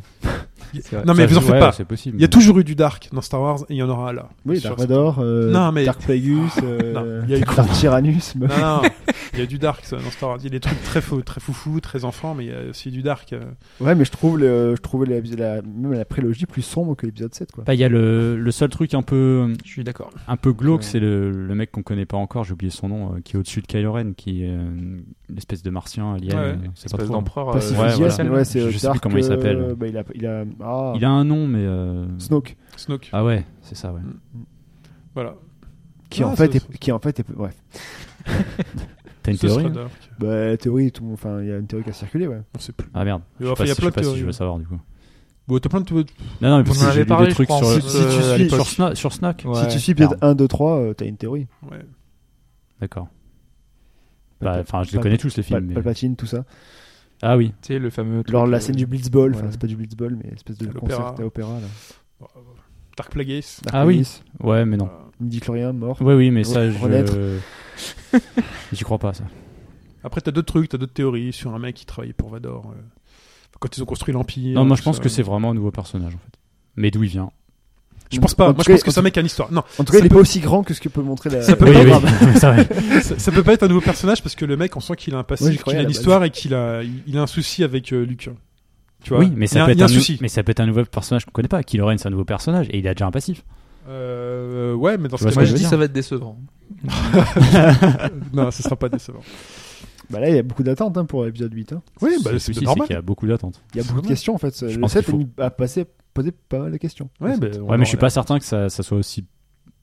[SPEAKER 1] Non, mais
[SPEAKER 3] Ça,
[SPEAKER 1] vous en
[SPEAKER 3] je-
[SPEAKER 1] faites
[SPEAKER 3] ouais,
[SPEAKER 1] pas.
[SPEAKER 3] c'est possible
[SPEAKER 1] Il y a
[SPEAKER 3] mais-
[SPEAKER 1] toujours eu du dark dans Star Wars et il y en aura là.
[SPEAKER 2] Oui,
[SPEAKER 1] Sur-
[SPEAKER 2] Dark Vador, euh,
[SPEAKER 1] Non, mais-
[SPEAKER 2] Dark
[SPEAKER 1] [laughs]
[SPEAKER 2] Plagueis,
[SPEAKER 1] Non,
[SPEAKER 2] euh,
[SPEAKER 1] il y a eu-
[SPEAKER 2] Dark Tyrannus. mais-
[SPEAKER 1] Non, non, [laughs] il y a du dark ça, dans Star Wars. Il y a des trucs très faux, très foufou, très enfants, mais il y a aussi du dark. euh.
[SPEAKER 2] Ouais, mais je trouve le, je trouvais la, la- même la prélogie plus sombre que l'épisode 7 quoi.
[SPEAKER 3] Bah, il y a le, le seul truc un peu
[SPEAKER 4] Je suis d'accord.
[SPEAKER 3] un peu glauque
[SPEAKER 4] Ouais.
[SPEAKER 3] c'est le, le mec qu'on connaît pas encore j'ai oublié son nom euh, qui est au-dessus de Kylo Ren qui est euh, l'espèce de martien alien
[SPEAKER 1] Ouais,
[SPEAKER 3] euh,
[SPEAKER 1] ouais.
[SPEAKER 3] c'est pas
[SPEAKER 4] Espèce
[SPEAKER 3] trop
[SPEAKER 4] d'empereur.
[SPEAKER 2] Pas si
[SPEAKER 4] euh,
[SPEAKER 3] ouais,
[SPEAKER 2] enthousiaste,
[SPEAKER 3] voilà.
[SPEAKER 2] mais ouais, c'est
[SPEAKER 3] Je
[SPEAKER 2] euh,
[SPEAKER 3] sais plus
[SPEAKER 2] Dark.
[SPEAKER 3] comment il
[SPEAKER 2] euh,
[SPEAKER 3] s'appelle.
[SPEAKER 2] bah, il a, il a, ah,
[SPEAKER 3] il a un nom mais euh,
[SPEAKER 2] Snoke,
[SPEAKER 1] Snoke.
[SPEAKER 3] ah ouais c'est ça ouais
[SPEAKER 1] Voilà.
[SPEAKER 2] qui
[SPEAKER 3] Ah,
[SPEAKER 1] Non,
[SPEAKER 2] en
[SPEAKER 1] ça-
[SPEAKER 2] fait, est, qui en fait, est, bref.
[SPEAKER 3] t'as une
[SPEAKER 1] ce sera
[SPEAKER 3] théorie
[SPEAKER 1] dark.
[SPEAKER 2] Bah, la théorie, tout, le monde- enfin, il y a une théorie qui a circulé, ouais.
[SPEAKER 1] On sait plus.
[SPEAKER 3] ah merde je sais
[SPEAKER 1] Enfin,
[SPEAKER 3] pas
[SPEAKER 1] il y a
[SPEAKER 3] si- je
[SPEAKER 1] plein
[SPEAKER 3] sais
[SPEAKER 1] de
[SPEAKER 3] pas si je
[SPEAKER 1] théories.
[SPEAKER 3] veux savoir du coup
[SPEAKER 1] Bon, t'as plein de.
[SPEAKER 3] non non mais
[SPEAKER 4] On
[SPEAKER 3] parce
[SPEAKER 4] en
[SPEAKER 3] que j'ai
[SPEAKER 4] avait
[SPEAKER 3] lu
[SPEAKER 4] parlé,
[SPEAKER 3] des
[SPEAKER 4] je
[SPEAKER 3] trucs
[SPEAKER 4] crois,
[SPEAKER 3] sur
[SPEAKER 4] en
[SPEAKER 2] si-
[SPEAKER 3] le-
[SPEAKER 4] plus,
[SPEAKER 2] si
[SPEAKER 4] euh,
[SPEAKER 2] tu
[SPEAKER 4] à
[SPEAKER 2] suis-
[SPEAKER 4] l'époque.
[SPEAKER 3] sur Sna- sur Snack
[SPEAKER 4] Ouais.
[SPEAKER 2] Si tu suis peut-être 1, 2, 3, euh, t'as une théorie.
[SPEAKER 1] Ouais.
[SPEAKER 3] D'accord. Bah,
[SPEAKER 2] Palpa-
[SPEAKER 3] enfin, je les
[SPEAKER 2] Palpa-
[SPEAKER 3] connais tous les films.
[SPEAKER 2] Pal-
[SPEAKER 3] mais-
[SPEAKER 2] Palpatine, tout ça.
[SPEAKER 3] Ah oui.
[SPEAKER 4] Tu sais, le fameux. truc,
[SPEAKER 2] Alors
[SPEAKER 4] euh,
[SPEAKER 2] la scène du Blitzball, enfin
[SPEAKER 4] ouais.
[SPEAKER 2] c'est pas du Blitzball, mais espèce de
[SPEAKER 1] À l'opéra.
[SPEAKER 2] concert à opéra là.
[SPEAKER 1] Dark Plagueis. Euh,
[SPEAKER 2] Dark
[SPEAKER 3] Ah oui.
[SPEAKER 2] Plagueis,
[SPEAKER 3] Ouais, mais non.
[SPEAKER 2] Midi-Chlorien, mort.
[SPEAKER 3] Ouais, oui, mais ça,
[SPEAKER 2] Re- renaître.
[SPEAKER 3] je. [laughs] J'y crois pas, ça.
[SPEAKER 1] Après, t'as d'autres trucs, t'as d'autres théories sur un mec qui travaillait pour Vador. euh, Quand ils ont construit l'Empire.
[SPEAKER 3] Non, moi, je
[SPEAKER 1] tout
[SPEAKER 3] pense
[SPEAKER 1] ça.
[SPEAKER 3] que c'est vraiment un nouveau personnage, en fait. Mais d'où il vient
[SPEAKER 1] Je pense pas.
[SPEAKER 2] En
[SPEAKER 1] Moi,
[SPEAKER 2] tout
[SPEAKER 1] je
[SPEAKER 2] cas-
[SPEAKER 1] pense que
[SPEAKER 2] en
[SPEAKER 1] c'est un
[SPEAKER 2] tout-
[SPEAKER 1] mec qui a une histoire. Non, [laughs]
[SPEAKER 2] En tout cas,
[SPEAKER 1] Ça
[SPEAKER 2] il est
[SPEAKER 1] peut-
[SPEAKER 2] pas aussi grand que ce que peut montrer la.
[SPEAKER 1] Ça peut
[SPEAKER 3] Oui,
[SPEAKER 1] pas
[SPEAKER 3] oui.
[SPEAKER 1] grave.
[SPEAKER 3] [laughs] Ça, ouais.
[SPEAKER 1] ça, ça peut pas être un nouveau personnage parce que le mec, on sent qu'il a un passé,
[SPEAKER 2] Moi, j'y
[SPEAKER 1] qu'il
[SPEAKER 2] croyais
[SPEAKER 1] a
[SPEAKER 2] à
[SPEAKER 1] une
[SPEAKER 2] la
[SPEAKER 1] histoire et qu'il a, il il a un souci avec euh, Luke. Tu vois
[SPEAKER 3] Oui,
[SPEAKER 1] Il
[SPEAKER 3] mais
[SPEAKER 1] y
[SPEAKER 3] ça
[SPEAKER 1] a-
[SPEAKER 3] peut
[SPEAKER 1] il
[SPEAKER 3] être
[SPEAKER 1] y a
[SPEAKER 3] un
[SPEAKER 1] un
[SPEAKER 3] nou-
[SPEAKER 1] souci.
[SPEAKER 3] mais ça peut être un nouveau personnage qu'on connaît pas. Kylo Ren, c'est un nouveau personnage et il a déjà un passif.
[SPEAKER 1] Euh, ouais, mais dans ce
[SPEAKER 3] Tu vois
[SPEAKER 1] cas-là,
[SPEAKER 4] Moi,
[SPEAKER 3] ce
[SPEAKER 4] je
[SPEAKER 3] que
[SPEAKER 4] dis
[SPEAKER 3] je veux
[SPEAKER 4] ça va être décevant.
[SPEAKER 1] je- non, ce sera pas décevant.
[SPEAKER 2] Bah là, il y a beaucoup d'attentes hein, pour l'épisode 8. hein.
[SPEAKER 1] Oui,
[SPEAKER 3] Le
[SPEAKER 1] bah,
[SPEAKER 3] souci,
[SPEAKER 1] c'est
[SPEAKER 3] c'est
[SPEAKER 1] normal.
[SPEAKER 3] qu'il y a beaucoup d'attentes.
[SPEAKER 2] Il y a
[SPEAKER 1] C'est
[SPEAKER 2] beaucoup de
[SPEAKER 1] normal.
[SPEAKER 2] questions en fait. le
[SPEAKER 3] pense
[SPEAKER 2] 7
[SPEAKER 3] qu'il faut-
[SPEAKER 2] a passé, posé pas mal de questions.
[SPEAKER 1] Ouais, bah, on
[SPEAKER 3] Ouais, mais
[SPEAKER 1] en
[SPEAKER 3] je suis
[SPEAKER 1] relève.
[SPEAKER 3] pas certain que ça, ça soit aussi